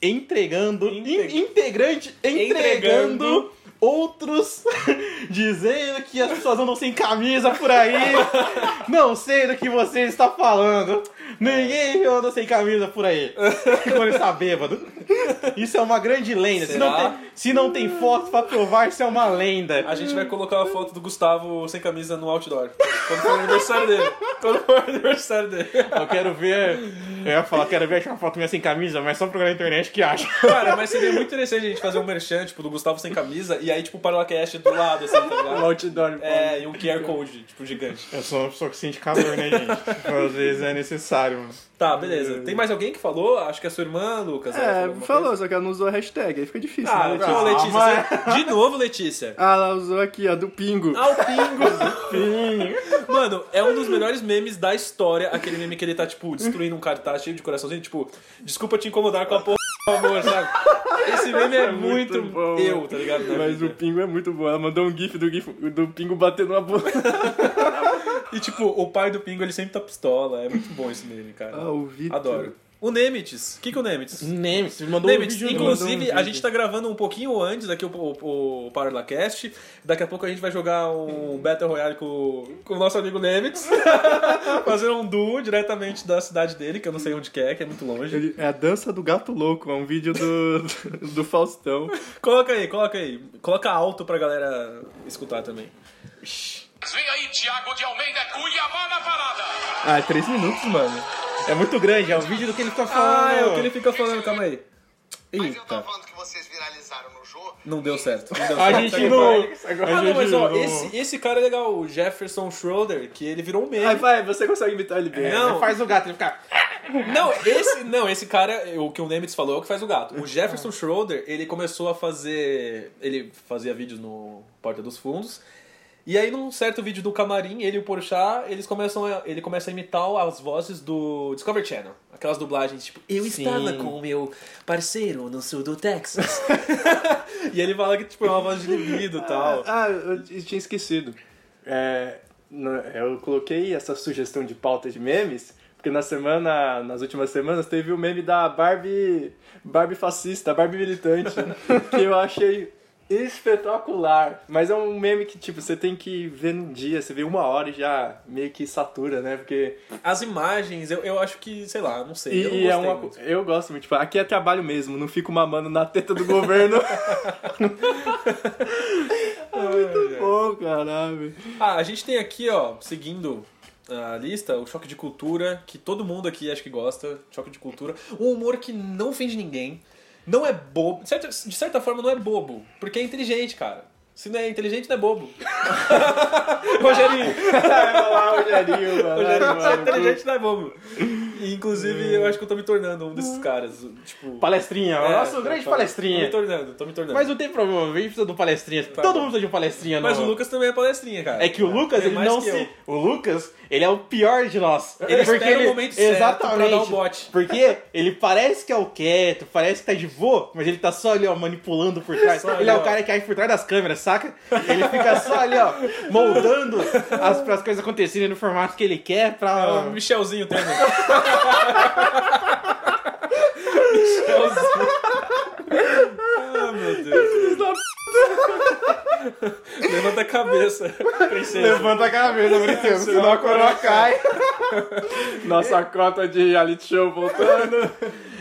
C: entregando, in-
B: Integ-
C: integrante entregando,
B: Entregando.
C: outros, dizendo que as pessoas andam sem camisa por aí, não sei do que você está falando, ninguém anda sem camisa por aí, quando está bêbado. Isso é uma grande lenda, se não,
B: Será?
C: tem, se não tem foto pra provar, isso é uma lenda.
B: A gente vai colocar a foto do Gustavo sem camisa no outdoor. Quando for o aniversário dele. Quando for o aniversário dele.
C: Eu quero ver. Eu ia falar, quero ver achar uma foto minha sem camisa, mas só procurar na internet que acha.
B: Cara, mas seria muito interessante a gente fazer um merchan, tipo, do Gustavo sem camisa e aí, tipo, o Parlacast do lado, assim, tá
D: Um
B: ligado?
D: outdoor.
B: É, e um QR Code, tipo, gigante.
C: Eu sou uma pessoa que sente calor, né, gente? Tipo, às vezes é necessário, mano.
B: Tá, beleza. Tem mais alguém que falou? Acho que é a sua irmã, Lucas. ela
H: É,
B: alguma
H: falou, só que ela não usou a hashtag, aí fica difícil,
B: coisa? Ah,
H: né,
B: Letícia.
H: Letícia?
B: Letícia. você- De novo, Letícia.
H: Ah, ela usou aqui, a do Pingo.
B: Ao pingo. Mano, é um dos melhores memes da história. Aquele meme que ele tá, tipo, destruindo um cartaz cheio de coraçãozinho. Tipo, desculpa te incomodar com a porra, por favor, sabe? Esse meme é muito,
H: muito bom.
B: eu, tá ligado? Na
H: Mas
B: vida.
H: o Pingo é muito bom. Ela mandou um gif do, gif, do Pingo batendo na boca.
B: E tipo, o pai do Pingo, ele sempre tá pistola. É muito bom esse meme, cara.
H: Ah, o Vitor.
B: Adoro. O Nemitz. O que, que é o Nemitz?
C: Nemes, me mandou
B: Nemitz,
C: um vídeo
B: inclusive, a gente tá gravando um pouquinho antes aqui o, o, o Parlacast. Daqui a pouco a gente vai jogar um Battle Royale com, com o nosso amigo Nemitz. Fazer um duo diretamente da cidade dele, que eu não sei onde que é, que é muito longe.
H: Ele- É a dança do gato louco, é um vídeo do, do Faustão.
B: Coloca aí, coloca aí. Coloca alto pra galera escutar também.
I: Vem aí, Thiago de Almeida, Cuiabá na parada.
H: Ah, é três minutos, mano.
C: É muito grande, é o vídeo do que ele fica falando.
B: Ah, é o que ele fica falando, calma aí.
J: Mas eu tava
B: Eita,
J: falando que vocês viralizaram no jogo.
B: não deu certo. Não deu
C: A
B: certo.
C: gente não.
B: Ah, não, mas ó,
C: não-
B: esse, esse cara é legal, o Jefferson Schroeder, que ele virou um meme.
H: Vai, vai, você consegue imitar ele bem.
B: não,
C: Faz o gato, ele fica.
B: Não, esse, não, esse cara, o que o Nemitz falou é o que faz o gato. O Jefferson Schroeder, ele começou a fazer. Ele fazia vídeos no Porta dos Fundos. E aí, num certo vídeo do camarim, ele e o Porchat, eles começam a- ele começa a imitar as vozes do Discovery Channel. Aquelas dublagens, tipo, eu estava com o meu parceiro no sul do Texas. e ele fala que, tipo, é uma voz de libido e tal.
H: Ah, eu t- tinha esquecido.
D: É, no- eu coloquei essa sugestão de pauta de memes, porque na semana, nas últimas semanas, teve o meme da Barbie, Barbie fascista, Barbie militante, que eu achei espetacular. Mas é um meme que, tipo, você tem que ver num dia, você vê uma hora e já meio que satura, né? Porque
B: As imagens, eu, eu acho que, sei lá, não sei. eu não
D: e é
B: gostei
D: uma,
B: muito.
D: co- eu gosto muito, tipo, aqui é trabalho mesmo, não fico mamando na teta do governo. é muito bom, caralho.
B: Ah, a gente tem aqui, ó, seguindo a lista, o choque de cultura, que todo mundo aqui acho que gosta, choque de cultura. Um humor que não finge ninguém, não é bobo, de certa, de certa forma não é bobo, porque é inteligente, cara. Se não é inteligente, não é bobo. Rogerinho,
D: Vai lá, Rogerinho,
B: Rogerinho,
D: vai lá,
B: se é
D: mano.
B: inteligente, não é bobo. E, inclusive, eu acho que eu tô me tornando um
C: Hum.
B: desses caras. Tipo,
C: Palestrinha, o
B: É,
C: nosso
B: tá,
C: um grande
B: tá. Tô me
C: palestrinha.
B: tornando, tô me tornando.
C: Mas não tem problema, a gente precisa de um palestrinha. Todo
B: Tá bom.
C: mundo precisa de um palestrinha,
B: Mas
C: não.
B: o Lucas também é palestrinha, cara.
C: É que o Lucas,
B: É
C: ele
B: mais
C: não
B: que
C: se.
B: eu.
C: O Lucas, ele é o pior de nós.
B: Ele espera o momento certo pra dar o bote.
C: Porque ele parece que é o quieto, parece que tá de boa, mas ele tá só ali, ó, manipulando por trás.
B: Só
C: ele
B: ali,
C: é o
B: ó.
C: cara que age por trás das câmeras, saca? Ele fica só ali, ó, moldando as, pras coisas acontecerem no formato que ele quer
B: É o
C: pra.
B: Michelzinho também. Michelzinho. Ah, meu Deus. Levanta a cabeça, princesa.
C: Levanta a cabeça, Britano, é senão a coroa cai.
D: Nossa cota de reality show voltando.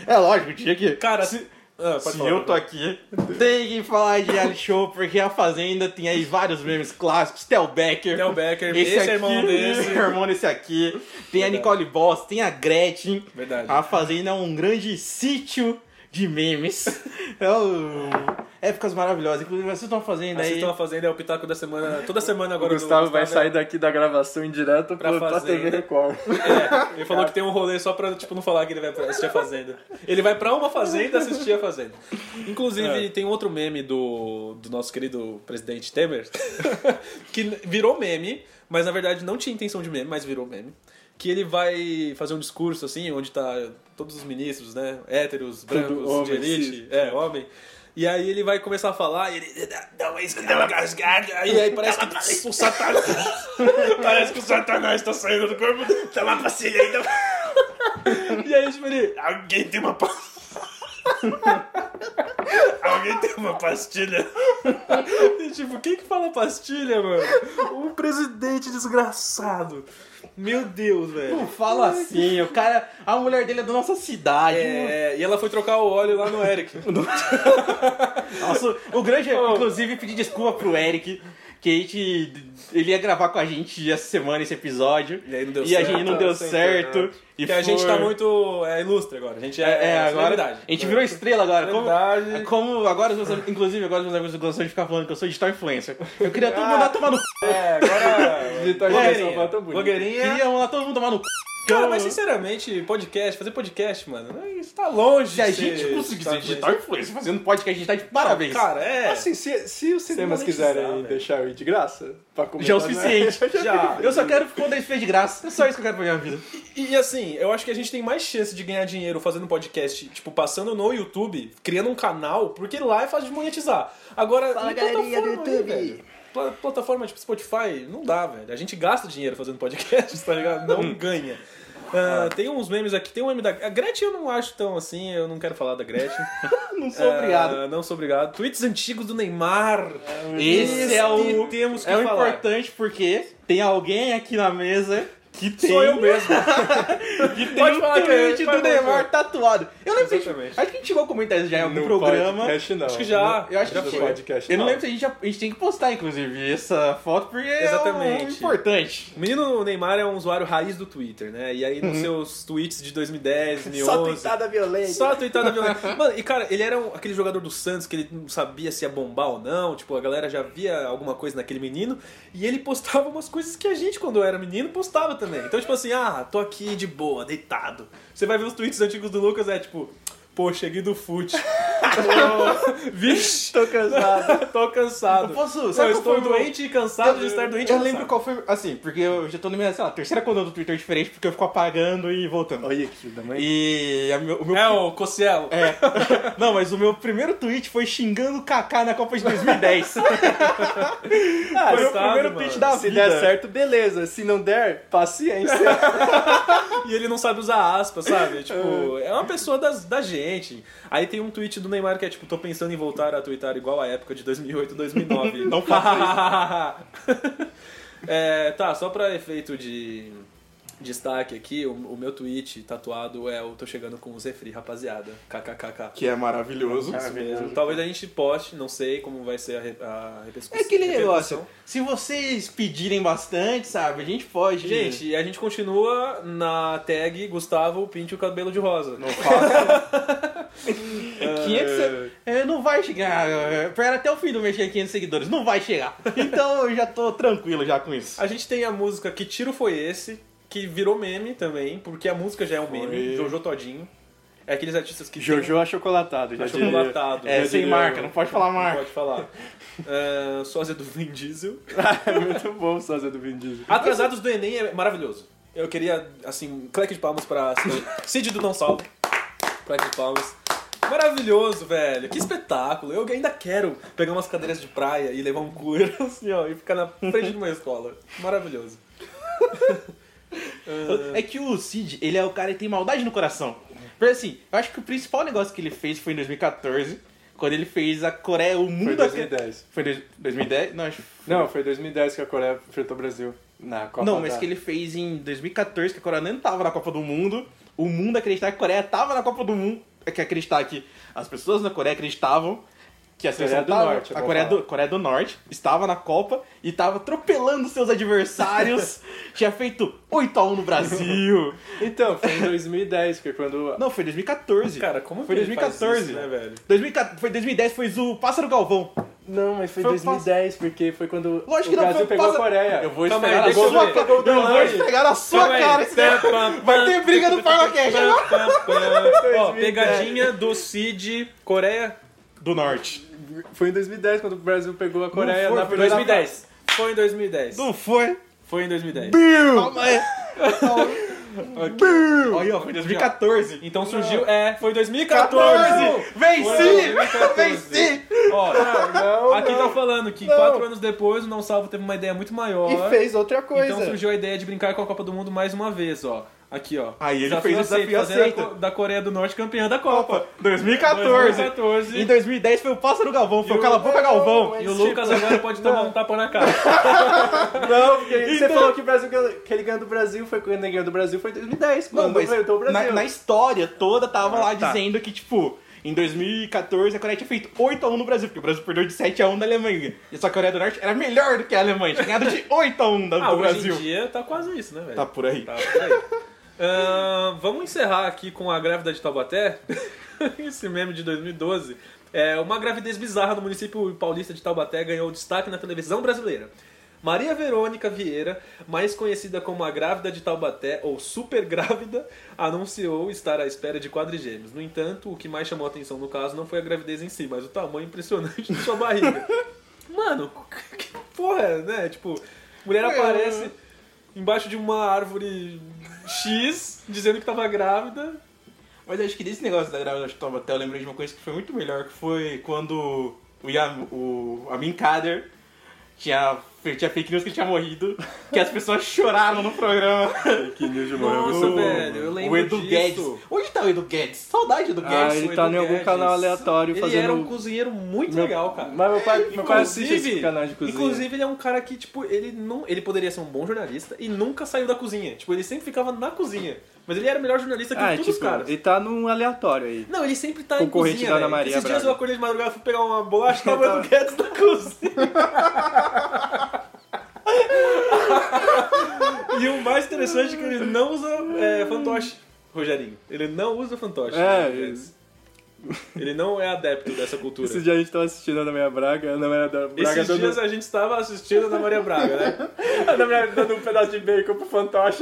C: É lógico, tinha que.
B: Cara, se... Ah, pode
C: Se
B: falar.
C: eu tô aqui, tem que falar de reality show, porque a Fazenda tem aí vários memes clássicos. Tel Becker.
B: Del Becker, esse, é irmão desse.
C: irmão desse aqui. Tem a
B: Verdade.
C: Nicole Boss, tem a Gretchen.
B: Verdade.
C: A Fazenda é um grande sítio de memes. É o... Épocas maravilhosas. Inclusive, vocês estão fazendo aí.
B: Assistam a Fazenda, é o Pitaco da semana. Toda semana
D: O
B: agora do
D: Gustavo vai
B: Gustavo
D: sair daqui da gravação em direto
B: Pra
D: pra, pra
B: fazer.
D: TV Record.
B: É, ele falou que tem um rolê só pra tipo, não falar que ele vai pra- assistir a Fazenda. Ele vai pra uma Fazenda assistir a Fazenda. Inclusive, tem um outro meme do, do nosso querido presidente Temer, que virou meme, mas na verdade não tinha intenção de meme, mas virou meme. Que ele vai fazer um discurso assim, onde tá todos os ministros, né? Héteros, brancos,
D: homem,
B: de elite, é, homem. E aí ele vai começar a falar e ele. Dá uma escasgada. Aí, aí parece que o Satanás. parece que o Satanás tá saindo do corpo dele. Dá uma pastilha aí, dá uma- e aí, tipo, ele. Alguém tem uma pastilha. Alguém tem uma pastilha. E, tipo, quem que fala pastilha, mano? Um presidente desgraçado. Meu Deus, velho.
C: Não fala assim, o cara. A mulher dele é da nossa cidade.
B: É, e ela foi trocar o óleo lá no Eric.
C: Nossa, o grande,
B: Oh.
C: inclusive, pedir desculpa pro Eric. Que a gente. Ele ia gravar com a gente essa semana esse episódio.
B: E aí não deu
C: E a
B: certo.
C: gente não deu
D: sem
C: certo. E
B: Porque a gente
C: foi-
B: tá muito é, ilustre agora. A gente é,
C: É,
B: é,
C: agora.
B: celebridade. É
C: A gente virou estrela agora. Como,
B: Celebridade.
C: É como agora os meus amigos, inclusive agora os meus amigos gostam de ficar falando que eu sou digital influencer. Eu queria
B: Ah,
C: todo mundo lá tomar no c.
B: É, agora.
D: Digital
B: blogueirinha.
D: Record, tão bonito.
B: Blogueirinha.
C: Queria mandar todo mundo tomar no Então, c.
B: é. Cara, mas sinceramente, podcast, fazer podcast, mano, isso tá longe
C: Se a
B: de ser-
C: gente conseguir
B: tá
C: ser digital influencer fazendo podcast, a gente tá de
B: longe.
C: parabéns.
B: Cara, é.
D: Assim, se, se os cinemas
B: monetizar,
D: quiserem
B: velho.
D: deixar eu ir de graça, pra comentar,
C: Já é o
D: né?
C: suficiente.
B: já.
C: Eu só quero quando ele fez de graça. É só isso que eu quero pra minha vida.
B: E, e assim, eu acho que a gente tem mais chance de ganhar dinheiro fazendo podcast, tipo, passando no YouTube, criando um canal, porque lá é fácil de monetizar. Agora, Fala, galerinha do YouTube. plataforma tipo Spotify, não dá, velho. A gente gasta dinheiro fazendo podcast, tá ligado?
C: Hum.
B: Não ganha. Ah, tem uns memes aqui, tem um meme da. A Gretchen eu não acho tão assim, eu não quero falar da Gretchen.
C: Não sou
D: É,
C: obrigado.
B: Ah, não sou obrigado. Tweets antigos do Neymar.
C: Esse é o.
B: temos que
C: É o
B: falar.
C: importante porque tem alguém aqui na mesa que tem.
B: Sou eu mesmo.
C: Pode falar que é
B: vai,
C: do
B: vai,
C: Neymar tatuado. Eu lembro que a gente-
B: Exatamente.
C: acho que a gente chegou a comentar isso já em algum
D: No
C: programa.
D: podcast, não.
B: Acho que já.
C: Eu acho que
D: Já
C: a gente-
D: foi. Podcast,
C: Eu não
D: não.
C: lembro se a gente, já- a gente tem que postar, inclusive, essa foto, porque é um-
B: Exatamente.
C: importante.
B: O menino Neymar é um usuário raiz do Twitter, né? E aí nos seus tweets de 2010, 2011...
D: Só tuitada violenta.
B: Só tweetada violenta. Mano, e cara, ele era um- aquele jogador do Santos que ele não sabia se ia bombar ou não. Tipo, a galera já via alguma coisa naquele menino. E ele postava umas coisas que a gente, quando era menino, postava também. Então, tipo assim, ah, tô aqui de boa, deitado. Você vai ver os tweets antigos do Lucas, é tipo, pô, cheguei do fute. Pô, Vixe,
D: Tô cansado.
B: tô cansado.
C: Eu posso-
B: Eu
C: sabe qual
B: estou
C: foi o meu-
B: doente e cansado de estar tá doente e
C: Eu
B: cansado.
C: lembro qual foi, assim, porque eu já tô na minha, sei lá, terceira coluna do Twitter diferente, porque eu fico apagando e voltando.
D: Olha aqui, da mãe.
C: E a meu- o meu...
B: É o Cossielo.
C: É. Não, mas o meu primeiro tweet foi xingando o Kaká na Copa de 2010.
D: Ah,
C: foi o
B: Coitado,
C: primeiro
B: mano.
C: tweet da
D: se
C: vida.
D: der certo, beleza. Se não der, paciência.
B: E ele não sabe usar aspas, sabe? Tipo, é uma pessoa das, da gente. Aí tem um tweet do Neymar que é tipo, tô pensando em voltar a twittar igual a época de 2008, 2009. não faça isso. é, tá, só pra efeito de, destaque aqui, o, o meu tweet tatuado é o Tô chegando com os refri, rapaziada. KKKK.
K: Que é maravilhoso.
B: Talvez a gente poste, não sei como vai ser a, re- a repercussão.
C: É aquele
B: repercussão.
C: negócio. Se vocês pedirem bastante, sabe, a gente pode.
B: Gente, e a gente continua na tag Gustavo Pinte o Cabelo de Rosa.
C: 500 se- é, não vai chegar. é, Pera até o fim do mês chegar 500 seguidores. Não vai chegar. Então eu já tô tranquilo já com isso.
B: A gente tem a música Que Tiro Foi Esse, que virou meme também, porque a música já é um meme, Jojo Todinho. É aqueles artistas que
D: Jojo achocolatado, já diria.
B: chocolatado.
C: É, sem marca, não pode falar
B: um-
C: marca.
B: Pode falar. É, sósia do Vin Diesel.
D: É Muito bom o sósia do Vin Diesel.
B: Atrasados do Enem é maravilhoso. Eu queria, assim, um claque de palmas pra Cid do Não Salvo. Claque de palmas. Maravilhoso, velho. Que espetáculo. Eu ainda quero pegar umas cadeiras de praia e levar um cooler assim, ó, e ficar na frente de uma escola. Maravilhoso.
C: É que o Cid, ele é o cara que tem maldade no coração. Porque assim, eu acho que o principal negócio que ele fez foi em 2014, quando ele fez a Coreia, o
D: Foi
C: mundo...
D: 2010.
C: Foi dois- 2010? Não, acho que foi-
D: Não, foi 2010 que a Coreia enfrentou o Brasil. Na Copa
C: Não, mas
D: da-
C: que ele fez em 2014, que a Coreia nem tava na Copa do Mundo. O mundo acreditar que a Coreia tava na Copa do Mundo. É que acreditar que as pessoas na Coreia acreditavam que a seleção
D: do
C: tava-
D: Norte, é
C: a
D: bom
C: Coreia
D: falar.
C: do, Coreia do Norte estava na Copa e estava atropelando seus adversários. tinha feito 8x1 no Brasil.
D: Então, foi em 2010, que é quando...
C: Não, foi 2014.
B: Cara, como
C: Foi
B: que ele faz
C: 2014.
B: isso, né, velho?
C: 2014 foi 2010, foi o Pássaro Galvão.
D: Não, mas foi em
C: Foi
D: 2010, porque foi quando
C: Lógico
D: o
C: que não,
D: Brasil
C: foi o
D: pegou a
C: Pássaro-
D: Coreia.
C: Eu vou
B: Calma
C: esfregar
B: aí,
C: na
B: deixa eu
C: sua
B: ver.
C: cara. Eu
B: Calma
C: vou
B: aí.
C: esfregar na sua
B: Calma aí.
C: cara. esse cara- Vai ter briga no né? Parlacast.
B: Ó, pegadinha do Cid Coreia
C: Do Norte.
D: Foi em 2010 quando o Brasil pegou a Coreia
C: foi,
D: na
C: foi
D: primeira
B: 2010. Foi em 2010.
C: Não foi?
B: Foi em 2010.
C: Aí, ó, foi 2014.
B: Então surgiu. É, foi em 2014!
C: Venci!
B: Venci! Ó,
C: Ah,
B: aqui tá falando que quatro anos depois o Não Salvo teve uma ideia muito maior.
K: E fez outra coisa.
B: Então surgiu a ideia de brincar com a Copa do Mundo mais uma vez, ó. Aqui, ó.
C: Aí ele fez o desafio
B: fazer a
C: aceita.
B: Co- da Coreia do Norte campeã da Copa.
C: 2014.
B: 2014.
C: Em 2010 foi o Pássaro Galvão, foi o Cala a Boca Galvão.
B: E o Lucas agora pode tomar um tapa na cara.
D: Não, porque você falou que, o Brasil, ganhou- que ele ganhou do Brasil, foi quando ele ganhou do Brasil, foi em 2010,
C: Não,
D: quando
C: mas
D: enfrentou o
C: na,
D: Brasil.
C: na história toda tava
B: Ah,
C: lá
B: tá.
C: dizendo que, tipo, em 2014 a Coreia tinha feito 8x1 no Brasil, porque o Brasil perdeu de 7x1 da Alemanha. E só que a Coreia do Norte era melhor do que a Alemanha, tinha ganhado de 8x1 da-
B: Ah,
C: do
B: hoje
C: Brasil.
B: em dia tá quase isso, né, velho?
C: Tá por aí.
B: Tá, por aí. Ahn, vamos encerrar aqui com a grávida de Taubaté. Esse meme de 2012. É, uma gravidez bizarra no município paulista de Taubaté ganhou destaque na televisão brasileira. Maria Verônica Vieira, mais conhecida como a grávida de Taubaté ou super grávida, anunciou estar à espera de quadrigêmeos. No entanto, o que mais chamou a atenção no caso não foi a gravidez em si, mas o tamanho impressionante de sua barriga. Mano, que porra, né? Tipo, mulher aparece embaixo de uma árvore X, dizendo que tava grávida.
C: Mas acho que desse negócio da grávida de Taubaté eu lembrei de uma coisa que foi muito melhor, que foi quando o, Yam, o Amin Kader tinha, fe- tinha fake news que ele tinha morrido, que as pessoas choraram no programa.
B: Nossa, velho, eu lembro
C: o Edu
B: disso.
C: Guedes. Onde tá o Edu Guedes? Saudade do
D: Ah,
C: Guedes.
D: ele
B: o
D: tá
B: Edu
D: em algum
B: Guedes.
D: canal aleatório
B: É Ele
D: fazendo...
B: era um cozinheiro muito
D: Meu- é
B: legal, cara.
D: Mas meu pai, meu pai assiste
B: Inclusive,
D: esse canal de cozinha.
B: inclusive, ele é um cara que, tipo, ele não. Ele poderia ser um bom jornalista e nunca saiu da cozinha. Tipo, ele sempre ficava na cozinha. Mas ele era o melhor jornalista que
D: ah, é
B: todos
D: tipo,
B: os caras.
D: ele tá num aleatório aí.
B: Não, ele sempre tá
D: Concorrente
B: em cozinha,
D: da Ana
B: velho.
D: Maria
B: Esses dias eu
D: Braga.
B: acordei de madrugada, fui pegar uma bolacha, tava o Edu Guedes na cozinha. e o mais interessante é que ele não usa é, fantoche, Rogerinho. Ele não usa fantoche.
D: É,
B: Edu Guedes. Ele não é adepto dessa cultura.
D: Esses dias a gente tava assistindo a Ana Maria Braga, a Ana Maria da- Braga
B: Esses
D: dando,
B: dias a gente estava assistindo a Ana Maria Braga, né?
D: a Ana Maria dando um pedaço de bacon pro fantoche.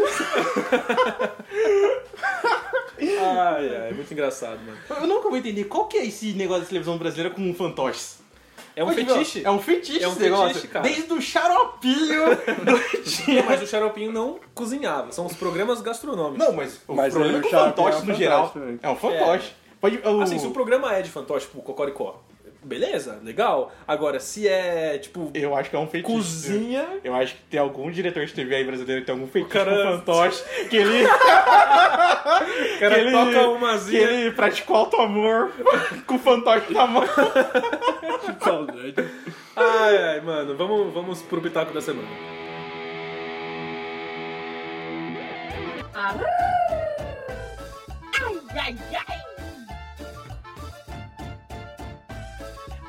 B: Ai, ai, é muito engraçado, mano.
C: Eu nunca vou entender qual que é esse negócio da televisão brasileira com fantoches.
B: É um
C: Pô, tipo,
B: fetiche.
C: É um fetiche
B: É um
C: esse negócio.
B: fetiche, cara.
C: Desde o xaropinho do dia.
B: Mas o Xaropinho não cozinhava, são os programas gastronômicos.
C: Não, mas o
D: Mas
C: problema
D: aí
C: é que
D: o
C: o
D: xarope é um
C: fantoche, no
D: fantoche
C: geral,
D: também.
C: é um fantoche. Pode, o-
B: Assim, se o programa é de fantoche, tipo Cocoricó, beleza, legal. Agora, se é, tipo,
C: Eu acho que é um feitiço.
B: cozinha.
C: Eu acho que tem algum diretor de TV aí brasileiro que tem algum feitiço
B: cara-
C: com fantoche que ele,
B: O cara
C: Ele-
B: toca uma
C: que
B: zinha.
C: ele praticou alto amor com o fantoche na mão.
D: Tá
B: Ai, ai, mano, vamos, vamos pro Pitaco da Semana.
L: Ai, ai, ai!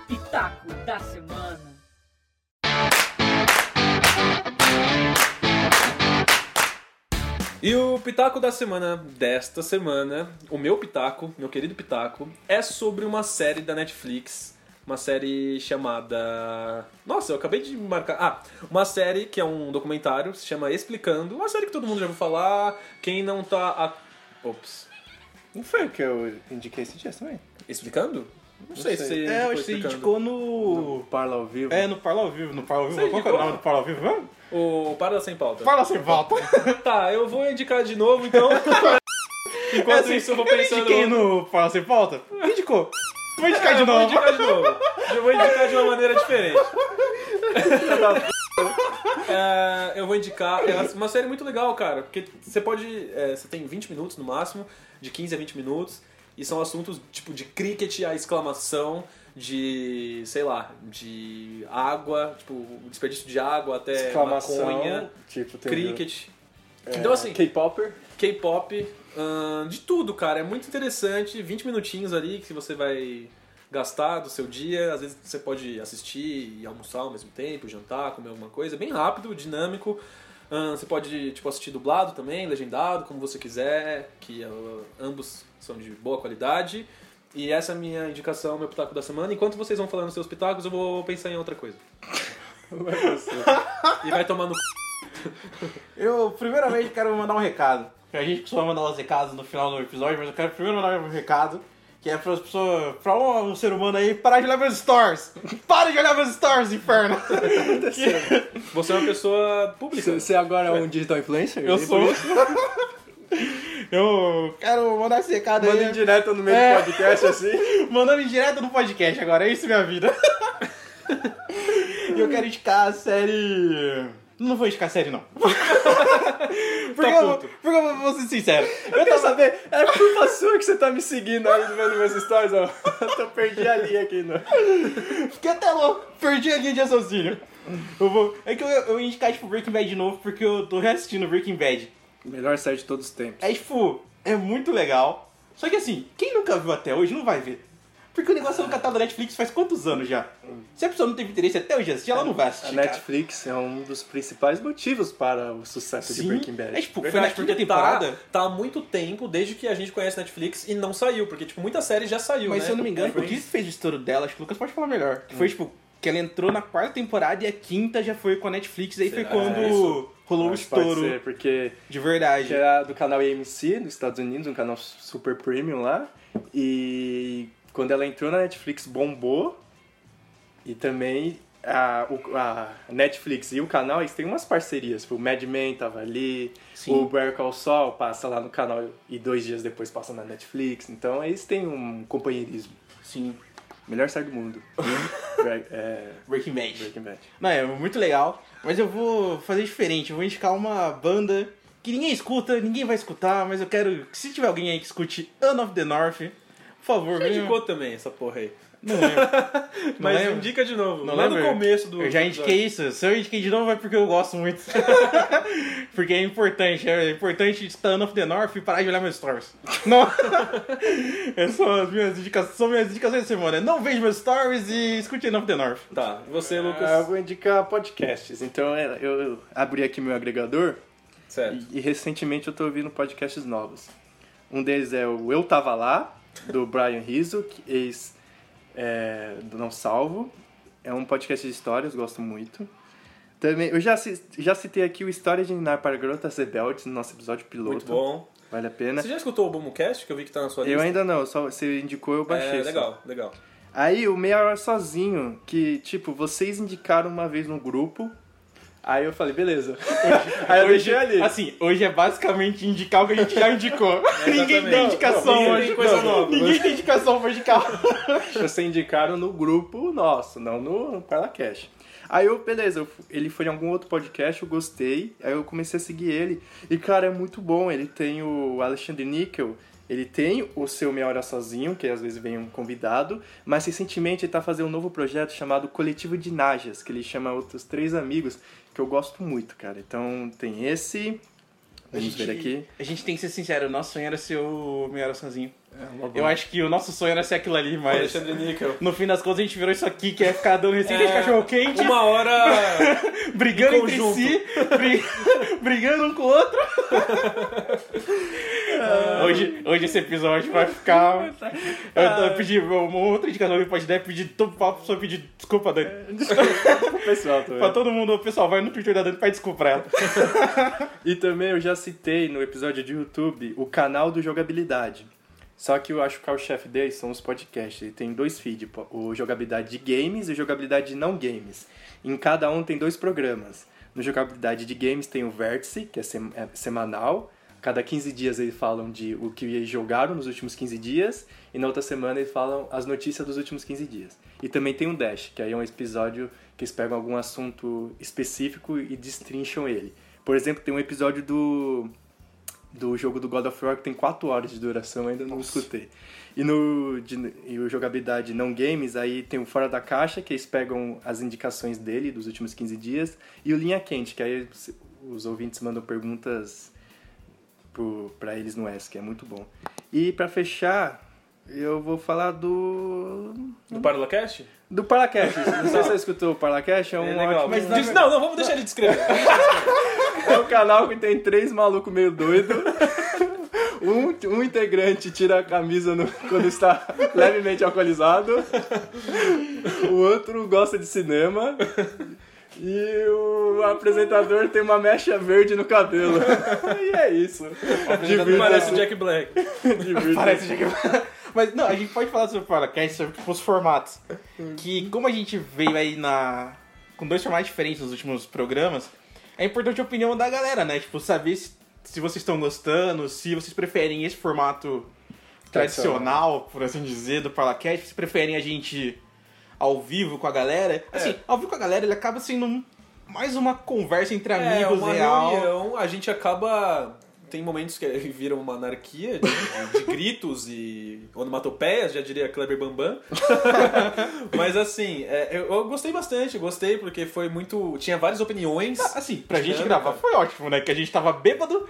L: Pitaco da semana.
B: E o pitaco da semana desta semana, o meu pitaco, meu querido pitaco, é sobre uma série da Netflix, uma série chamada, nossa, eu acabei de marcar, ah, uma série que é um documentário, se chama Explicando, uma série que todo mundo já ouviu falar, quem não tá, a... ops,
D: Não foi o que eu indiquei esse dia também?
B: explicando? Não sei,
D: sei.
B: se
C: É,
B: foi
C: hoje você
B: Explicando.
C: indicou no.
D: O Parla ao vivo.
C: É, no Parla ao Vivo. No Parla ao
B: Você
C: Vivo? Qual que é o
B: indicou?
C: nome do Parla ao Vivo? Vamos?
B: o Para Sem Pauta.
C: Fala sem volta.
B: Tá, eu vou indicar de novo, então. Enquanto isso, eu vou
C: Assim, Eu
B: pensando...
C: indiquei no Fala Sem Falta. Indicou. É, Vou indicar de
B: Eu vou
C: novo.
B: indicar de novo. Eu vou indicar de uma maneira diferente. É, eu vou indicar. É uma série muito legal, cara. Porque você pode. é, você tem 20 minutos no máximo, de 15 a 20 minutos. E são assuntos tipo de cricket a exclamação, de. sei lá, de água, tipo, desperdício de água até
D: Exclamação.
B: maconha,
D: tipo, tem
B: cricket. Então assim,
D: K-Popper.
B: K-pop, ahn, de tudo, cara. É muito interessante. 20 minutinhos ali que você vai gastar do seu dia. Às vezes você pode assistir e almoçar ao mesmo tempo, jantar, comer alguma coisa. Bem rápido, dinâmico. Ahn, você pode tipo, assistir dublado também, legendado, como você quiser, que ah, ambos são de boa qualidade. E essa é a minha indicação, meu pitaco da semana. Enquanto vocês vão falando seus pitacos, eu vou pensar em outra coisa. e vai tomar no c...
C: Eu, primeiramente, quero mandar um recado. A gente costuma mandar os recados no final do episódio, mas eu quero primeiro mandar um recado. Que é para as pessoas, para um, um ser humano aí, parar de olhar meus stores. Para de olhar meus stores, inferno.
B: Você é uma pessoa pública.
D: Você agora é um digital influencer?
C: Eu sou. Eu quero mandar esse recado
D: Manda
C: aí.
D: direto no meio
C: É.
D: do podcast assim.
C: Mandando em direto no podcast agora, é isso minha vida. E eu quero indicar a série. Não vou indicar a série, não. Porque, Tá eu,
B: puto.
C: porque eu vou ser sincero.
D: Eu quero saber, é culpa sua que você tá me seguindo aí vendo meus stories, ó. Eu tô perdi a linha aqui, né? não.
C: Fiquei até louco. Perdi a linha de raciocínio. Eu vou. É que eu, eu ia indicar, tipo, Breaking Bad de novo, porque eu tô reassistindo Breaking Bad.
D: Melhor série de todos os tempos.
C: É, tipo, é muito legal. Só que assim, quem nunca viu até hoje não vai ver. Porque o negócio é um catálogo da Netflix faz quantos anos já? Se a pessoa não teve interesse até hoje em assistir, ela não vai
D: A
C: assistir. cara.
D: Netflix é um dos principais motivos para o sucesso de
C: Sim.
D: Breaking Bad.
C: É tipo, foi na
B: Verdade,
C: quinta
B: porque
C: temporada.
B: tá, tá há muito tempo desde que a gente conhece Netflix e não saiu, porque tipo, muita série já saiu,
C: Mas
B: né?
C: se eu não me engano, o que fez o estouro dela, acho que o Lucas pode falar melhor. Que foi, tipo, que ela entrou na quarta temporada e a quinta já foi com a Netflix. Aí foi
B: Será?
C: quando
B: É isso.
C: rolou o
D: Mas pode
C: estouro
D: ser, porque
C: de verdade.
D: que é era do canal AMC nos Estados Unidos, um canal super premium lá. E quando ela entrou na Netflix, bombou. E também a, o- a Netflix e o canal, eles têm umas parcerias. Tipo, o Mad Men tava ali, o Better Call Saul passa lá no canal e dois dias depois passa na Netflix. Então eles têm um companheirismo.
C: Sim,
D: Melhor série do mundo. Bre- é,
C: Breaking Bad.
D: Breaking Bad.
C: Não, é muito legal. Mas eu vou fazer diferente. Eu vou indicar uma banda que ninguém escuta, ninguém vai escutar, mas eu quero que se tiver alguém aí que escute Anne of the North, por favor,
B: Você
C: venha.
B: indicou também essa porra aí.
C: Não lembro.
B: Mas
C: lembro.
B: indica de novo.
C: Não
B: lá no
C: lembro.
B: começo do.
C: Eu já
B: do episódio.
C: indiquei isso. Se eu indiquei de novo é porque eu gosto muito. porque é importante. É importante estar Anne of the North e parar de olhar meus stories. Não. Essas são as minhas indicações, são minhas indicações da semana. Não veja meus stories e escute Anne of the North.
B: Tá, e
C: É.
B: você, Lucas?
D: Ah, eu vou indicar podcasts. Então é, eu eu abri aqui meu agregador.
B: Certo.
D: E, e recentemente eu tô ouvindo podcasts novos. Um deles é o Eu Tava Lá, do Brian Rizzo, que ex é, do Não Salvo. É um podcast de histórias, gosto muito. Também, eu já, ci- já citei aqui o História de Ninar para Garotas Rebeldes, no nosso episódio piloto.
B: Muito bom.
D: Vale a pena.
C: Né?
B: Você já escutou o Boomcast, que eu vi que tá na sua
D: Eu
B: lista?
D: ainda não, só você indicou, eu baixei.
B: É,
D: só.
B: legal, legal.
D: Aí o Meia Hora Sozinho, que, tipo, vocês indicaram uma vez no grupo. Aí eu falei, beleza. Aí eu deixei ali.
C: Assim, hoje é basicamente indicar o que a gente já indicou. ninguém tem
B: exatamente.
C: indicação
B: Ninguém
C: hoje.
B: tem coisa
C: não.
B: nova.
C: Ninguém tem indicação pra indicar.
D: Vocês indicaram no grupo nosso, não no Parlacast. Aí eu, beleza, eu fu- ele foi em algum outro podcast, eu gostei, aí eu comecei a seguir ele. E, cara, é muito bom, ele tem o Alexandre Nickel, ele tem o seu Meia Hora Sozinho, que às vezes vem um convidado, mas recentemente ele tá fazendo um novo projeto chamado Coletivo de Najas, que ele chama outros três amigos, que eu gosto muito, cara. Então tem esse,
M: Vamos ver aqui.
C: A gente tem que ser sincero, o nosso sonho era ser o Homem-Aranha sozinho.
B: É,
C: Eu acho que o nosso sonho era ser aquilo ali, mas
B: Alexandre Níquel.
C: no fim das contas a gente virou isso aqui, que é ficar dando receita de
B: É.
C: cachorro quente,
B: Uma hora.
C: brigando
B: em
C: entre
B: conjunto.
C: si, bri- brigando um com o outro.
B: Ah.
C: hoje, hoje esse episódio vai ficar. Eu,
B: Ah.
C: eu pedi um uma outra indicação que pode dar, pedir todo papo, só pedir desculpa, Dani.
B: É.
D: Pessoal, também.
C: Pra todo mundo, pessoal, vai no Twitter da Dani pra desculpa pra ela.
D: E também eu já citei no episódio de YouTube o canal do Jogabilidade. Só que eu acho que o carro-chefe dele são os podcasts. Ele tem dois feeds, o Jogabilidade de Games e o Jogabilidade de Não Games. Em cada um tem dois programas. No Jogabilidade de Games tem o Vértice, que é, sem- é semanal. Cada 15 dias eles falam de o que eles jogaram nos últimos 15 dias. E na outra semana eles falam as notícias dos últimos 15 dias. E também tem o Dash, que aí é um episódio que eles pegam algum assunto específico e destrincham ele. Por exemplo, tem um episódio do do jogo do God of War que tem 4 horas de duração, ainda não escutei. E no de- e o jogabilidade não games, aí tem o Fora da Caixa, que eles pegam as indicações dele dos últimos 15 dias, e o Linha Quente, que aí se- os ouvintes mandam perguntas pro- pra eles no ESC, é muito bom. E pra fechar, eu vou falar do
B: Do Parlacast?
D: do Parlacast. Não sei se você escutou o Parlacast, é um
B: É legal.
D: ótimo-
B: Mas diz, não, não, vamos deixar ele descrever.
D: É um canal que tem três malucos meio doido. Um, um integrante tira a camisa no- quando está levemente alcoolizado. O outro gosta de cinema. E o apresentador tem uma mecha verde no cabelo. E é isso.
B: Parece o Jack Black.
C: Parece que... Mas não, a gente pode falar sobre o podcast, sobre tipo, os formatos. Que como a gente veio aí na. com dois formatos diferentes nos últimos programas, é importante a opinião da galera, né? Tipo, saber se, se vocês estão gostando, se vocês preferem esse formato tradicional, por assim dizer, do Parlacast, se preferem a gente ao vivo com a galera.
B: É.
C: Assim, ao vivo com a galera ele acaba sendo um- mais uma conversa entre
B: É,
C: amigos
B: uma
C: real.
B: reunião, a gente acaba... Tem momentos que viram uma anarquia né, de, de gritos e onomatopeias, já diria Kleber Bambam. Mas assim, é, eu, eu gostei bastante, gostei porque foi muito... Tinha várias opiniões.
C: Assim, pra gente
B: Dinâmica.
C: gravar foi ótimo, né? Que a gente tava bêbado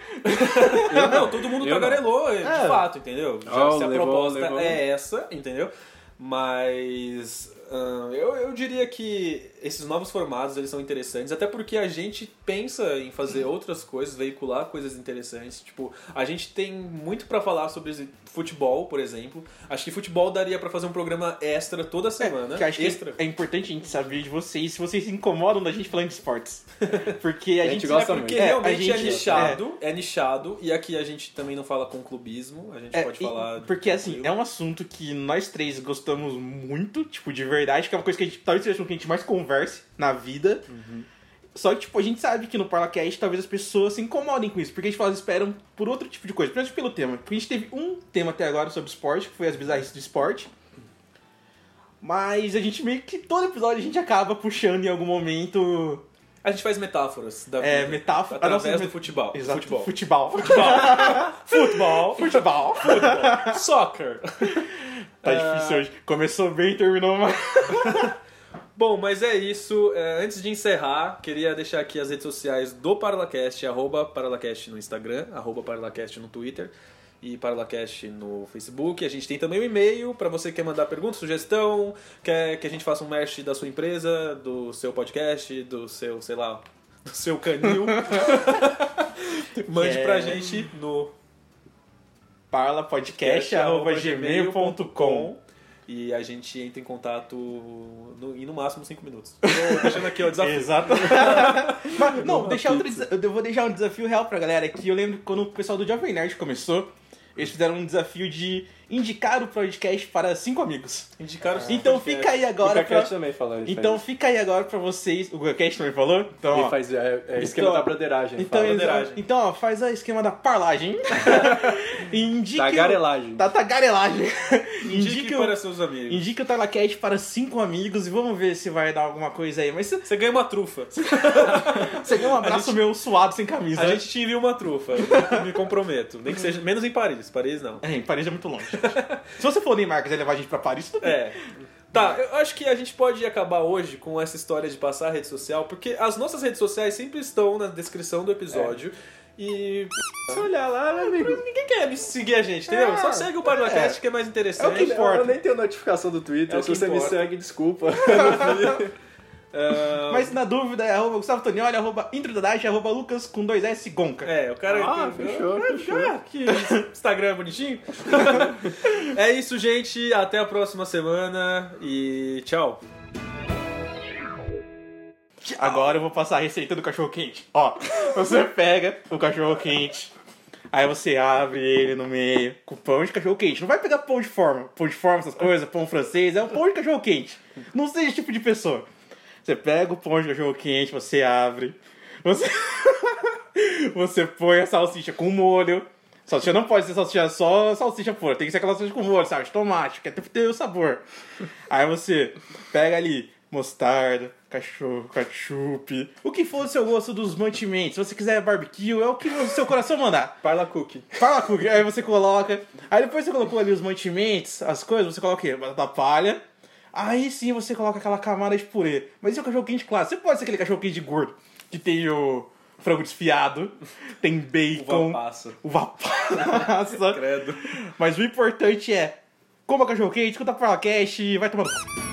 B: Eu não, todo mundo tagarelou,
C: É.
B: de fato, entendeu? Já,
D: Oh,
B: se a
D: levou,
B: proposta
D: levou.
B: é essa, entendeu? Mas hum, eu, eu diria que esses novos formatos eles são interessantes, até porque a gente pensa em fazer outras coisas, veicular coisas interessantes. Tipo, a gente tem muito pra falar sobre esse- futebol, por exemplo. Acho que futebol daria pra fazer um programa extra toda semana.
C: É, Que eu acho que
B: extra.
C: é importante a gente saber de vocês se vocês se incomodam da gente falando de esportes. Porque a,
D: A gente
C: gente
D: gosta
B: É porque
D: muito.
C: É, a
B: realmente é
C: gente-
B: nichado, é. nichado, e aqui a gente também não fala com clubismo, a gente
C: É,
B: pode
C: e-
B: falar.
C: porque assim, é um assunto que nós três gostamos muito, tipo, de verdade, que é uma coisa que a gente, talvez seja o que a gente mais converse na vida.
B: Uhum.
C: Só que, tipo, a gente sabe que no Parlacast talvez as pessoas se incomodem com isso, porque a gente fala, elas esperam por outro tipo de coisa, principalmente pelo tema. Porque a gente teve um tema até agora sobre esporte, que foi as bizarrices do esporte. Mas a gente meio que todo episódio a gente acaba puxando em algum momento
B: A gente faz metáforas da
C: É,
B: vida.
C: metáfora- a
B: Tá Através
C: nossa
B: do
C: met-
B: futebol.
C: Exato.
B: Futebol.
C: Futebol. Futebol. Futebol. Futebol.
B: Soccer.
C: Tá
B: É.
C: difícil hoje. Começou bem, terminou mal.
B: Bom, mas é isso. É, antes de encerrar, queria deixar aqui as redes sociais do Parlacast, arroba Parlacast no Instagram, arroba Parlacast no Twitter e Parlacast no Facebook. A gente tem também o e-mail para você que quer mandar pergunta, sugestão, quer que a gente faça um mesh da sua empresa, do seu podcast, do seu, sei lá, do seu canil. Mande pra gente no
C: Parlapodcast.gmail.com
B: E a gente entra em contato no, e no máximo 5 minutos. Tô deixando aqui, ó, desafio.
C: Exato. Mas, não, deixar outro desa- eu vou deixar um desafio real pra galera aqui. Eu lembro que quando o pessoal do Jovem Nerd começou, eles fizeram um desafio de indicar o podcast para cinco amigos.
B: Indicaram
D: Ah,
B: os
C: então
B: podcasts.
C: fica aí
D: O
C: agora pra...
D: Parlacast também fala isso.
C: Então fica aí agora pra vocês... O Guacast também falou? Então,
D: Ele
C: ó,
D: faz é, é esquema
C: Então-
D: da broderagem. ele
C: Então,
D: fala.
C: eles- então ó, faz a esquema da parlagem. E indique.
D: Tá Tagarelagem.
C: O, da tagarelagem.
B: Indique,
C: indique,
B: para
C: o,
B: seus amigos.
C: indique o Talacast para cinco amigos e vamos ver se vai dar alguma coisa aí. Mas você-
B: Você ganha uma trufa.
C: você ganha um abraço meu suado sem camisa.
B: A gente te envia uma trufa. eu Me comprometo. Nem que seja. Menos em Paris. Paris não.
C: É, em Paris é muito longe. se você for Neymar e quiser levar a gente pra Paris, tudo bem.
B: É. Tá, eu acho que a gente pode acabar hoje com essa história de passar a rede social, porque as nossas redes sociais sempre estão na descrição do episódio. E
D: Se olhar lá, meu amigo.
B: Ah, ninguém quer me seguir a gente, entendeu? Só segue o Parnacast que é mais
D: É o
B: interessante.
D: que importa. Eu nem tenho notificação do Twitter.
B: É o
D: Se
B: que
D: você me
B: importa.
D: segue, desculpa.
B: Ah,
C: Mas na dúvida é arroba Gustavo Tonioli, arroba Intro da Dash, arroba Lucas com dois S Gonca.
B: É, o cara.
D: Ah, fechou,
B: Ah, ah, que Instagram é bonitinho. é isso, gente. Até a próxima semana e tchau.
C: Agora eu vou passar a receita do cachorro quente. Ó, você pega o cachorro quente, aí você abre ele no meio com pão de cachorro quente. Não vai pegar pão de forma, pão de forma, essas coisas, pão francês, é um pão de cachorro quente. Não seja esse tipo de pessoa. Você pega o pão de cachorro quente, você abre, você, você põe a salsicha com molho. Salsicha não pode ser salsicha só salsicha pura, tem que ser aquela salsicha com molho, sabe? De Tomate, que é ter o sabor. Aí você pega ali mostarda, cachorro, ketchup, o que for do seu gosto dos mantimentos. Se você quiser barbecue, é o que o seu coração mandar.
D: Parla Cookie.
C: Fala, Kug. Aí você coloca. Aí depois você colocou ali os mantimentos, as coisas, você coloca o quê? Batata palha. Aí sim você coloca aquela camada de purê. Mas e o cachorro quente clássico? Você pode ser aquele cachorro quente gordo que tem o frango desfiado, tem bacon,
B: Uva passa.
C: uva passa.
B: Credo.
C: Mas o importante é: coma cachorro quente, escuta a Cash e vai tomar. no c****.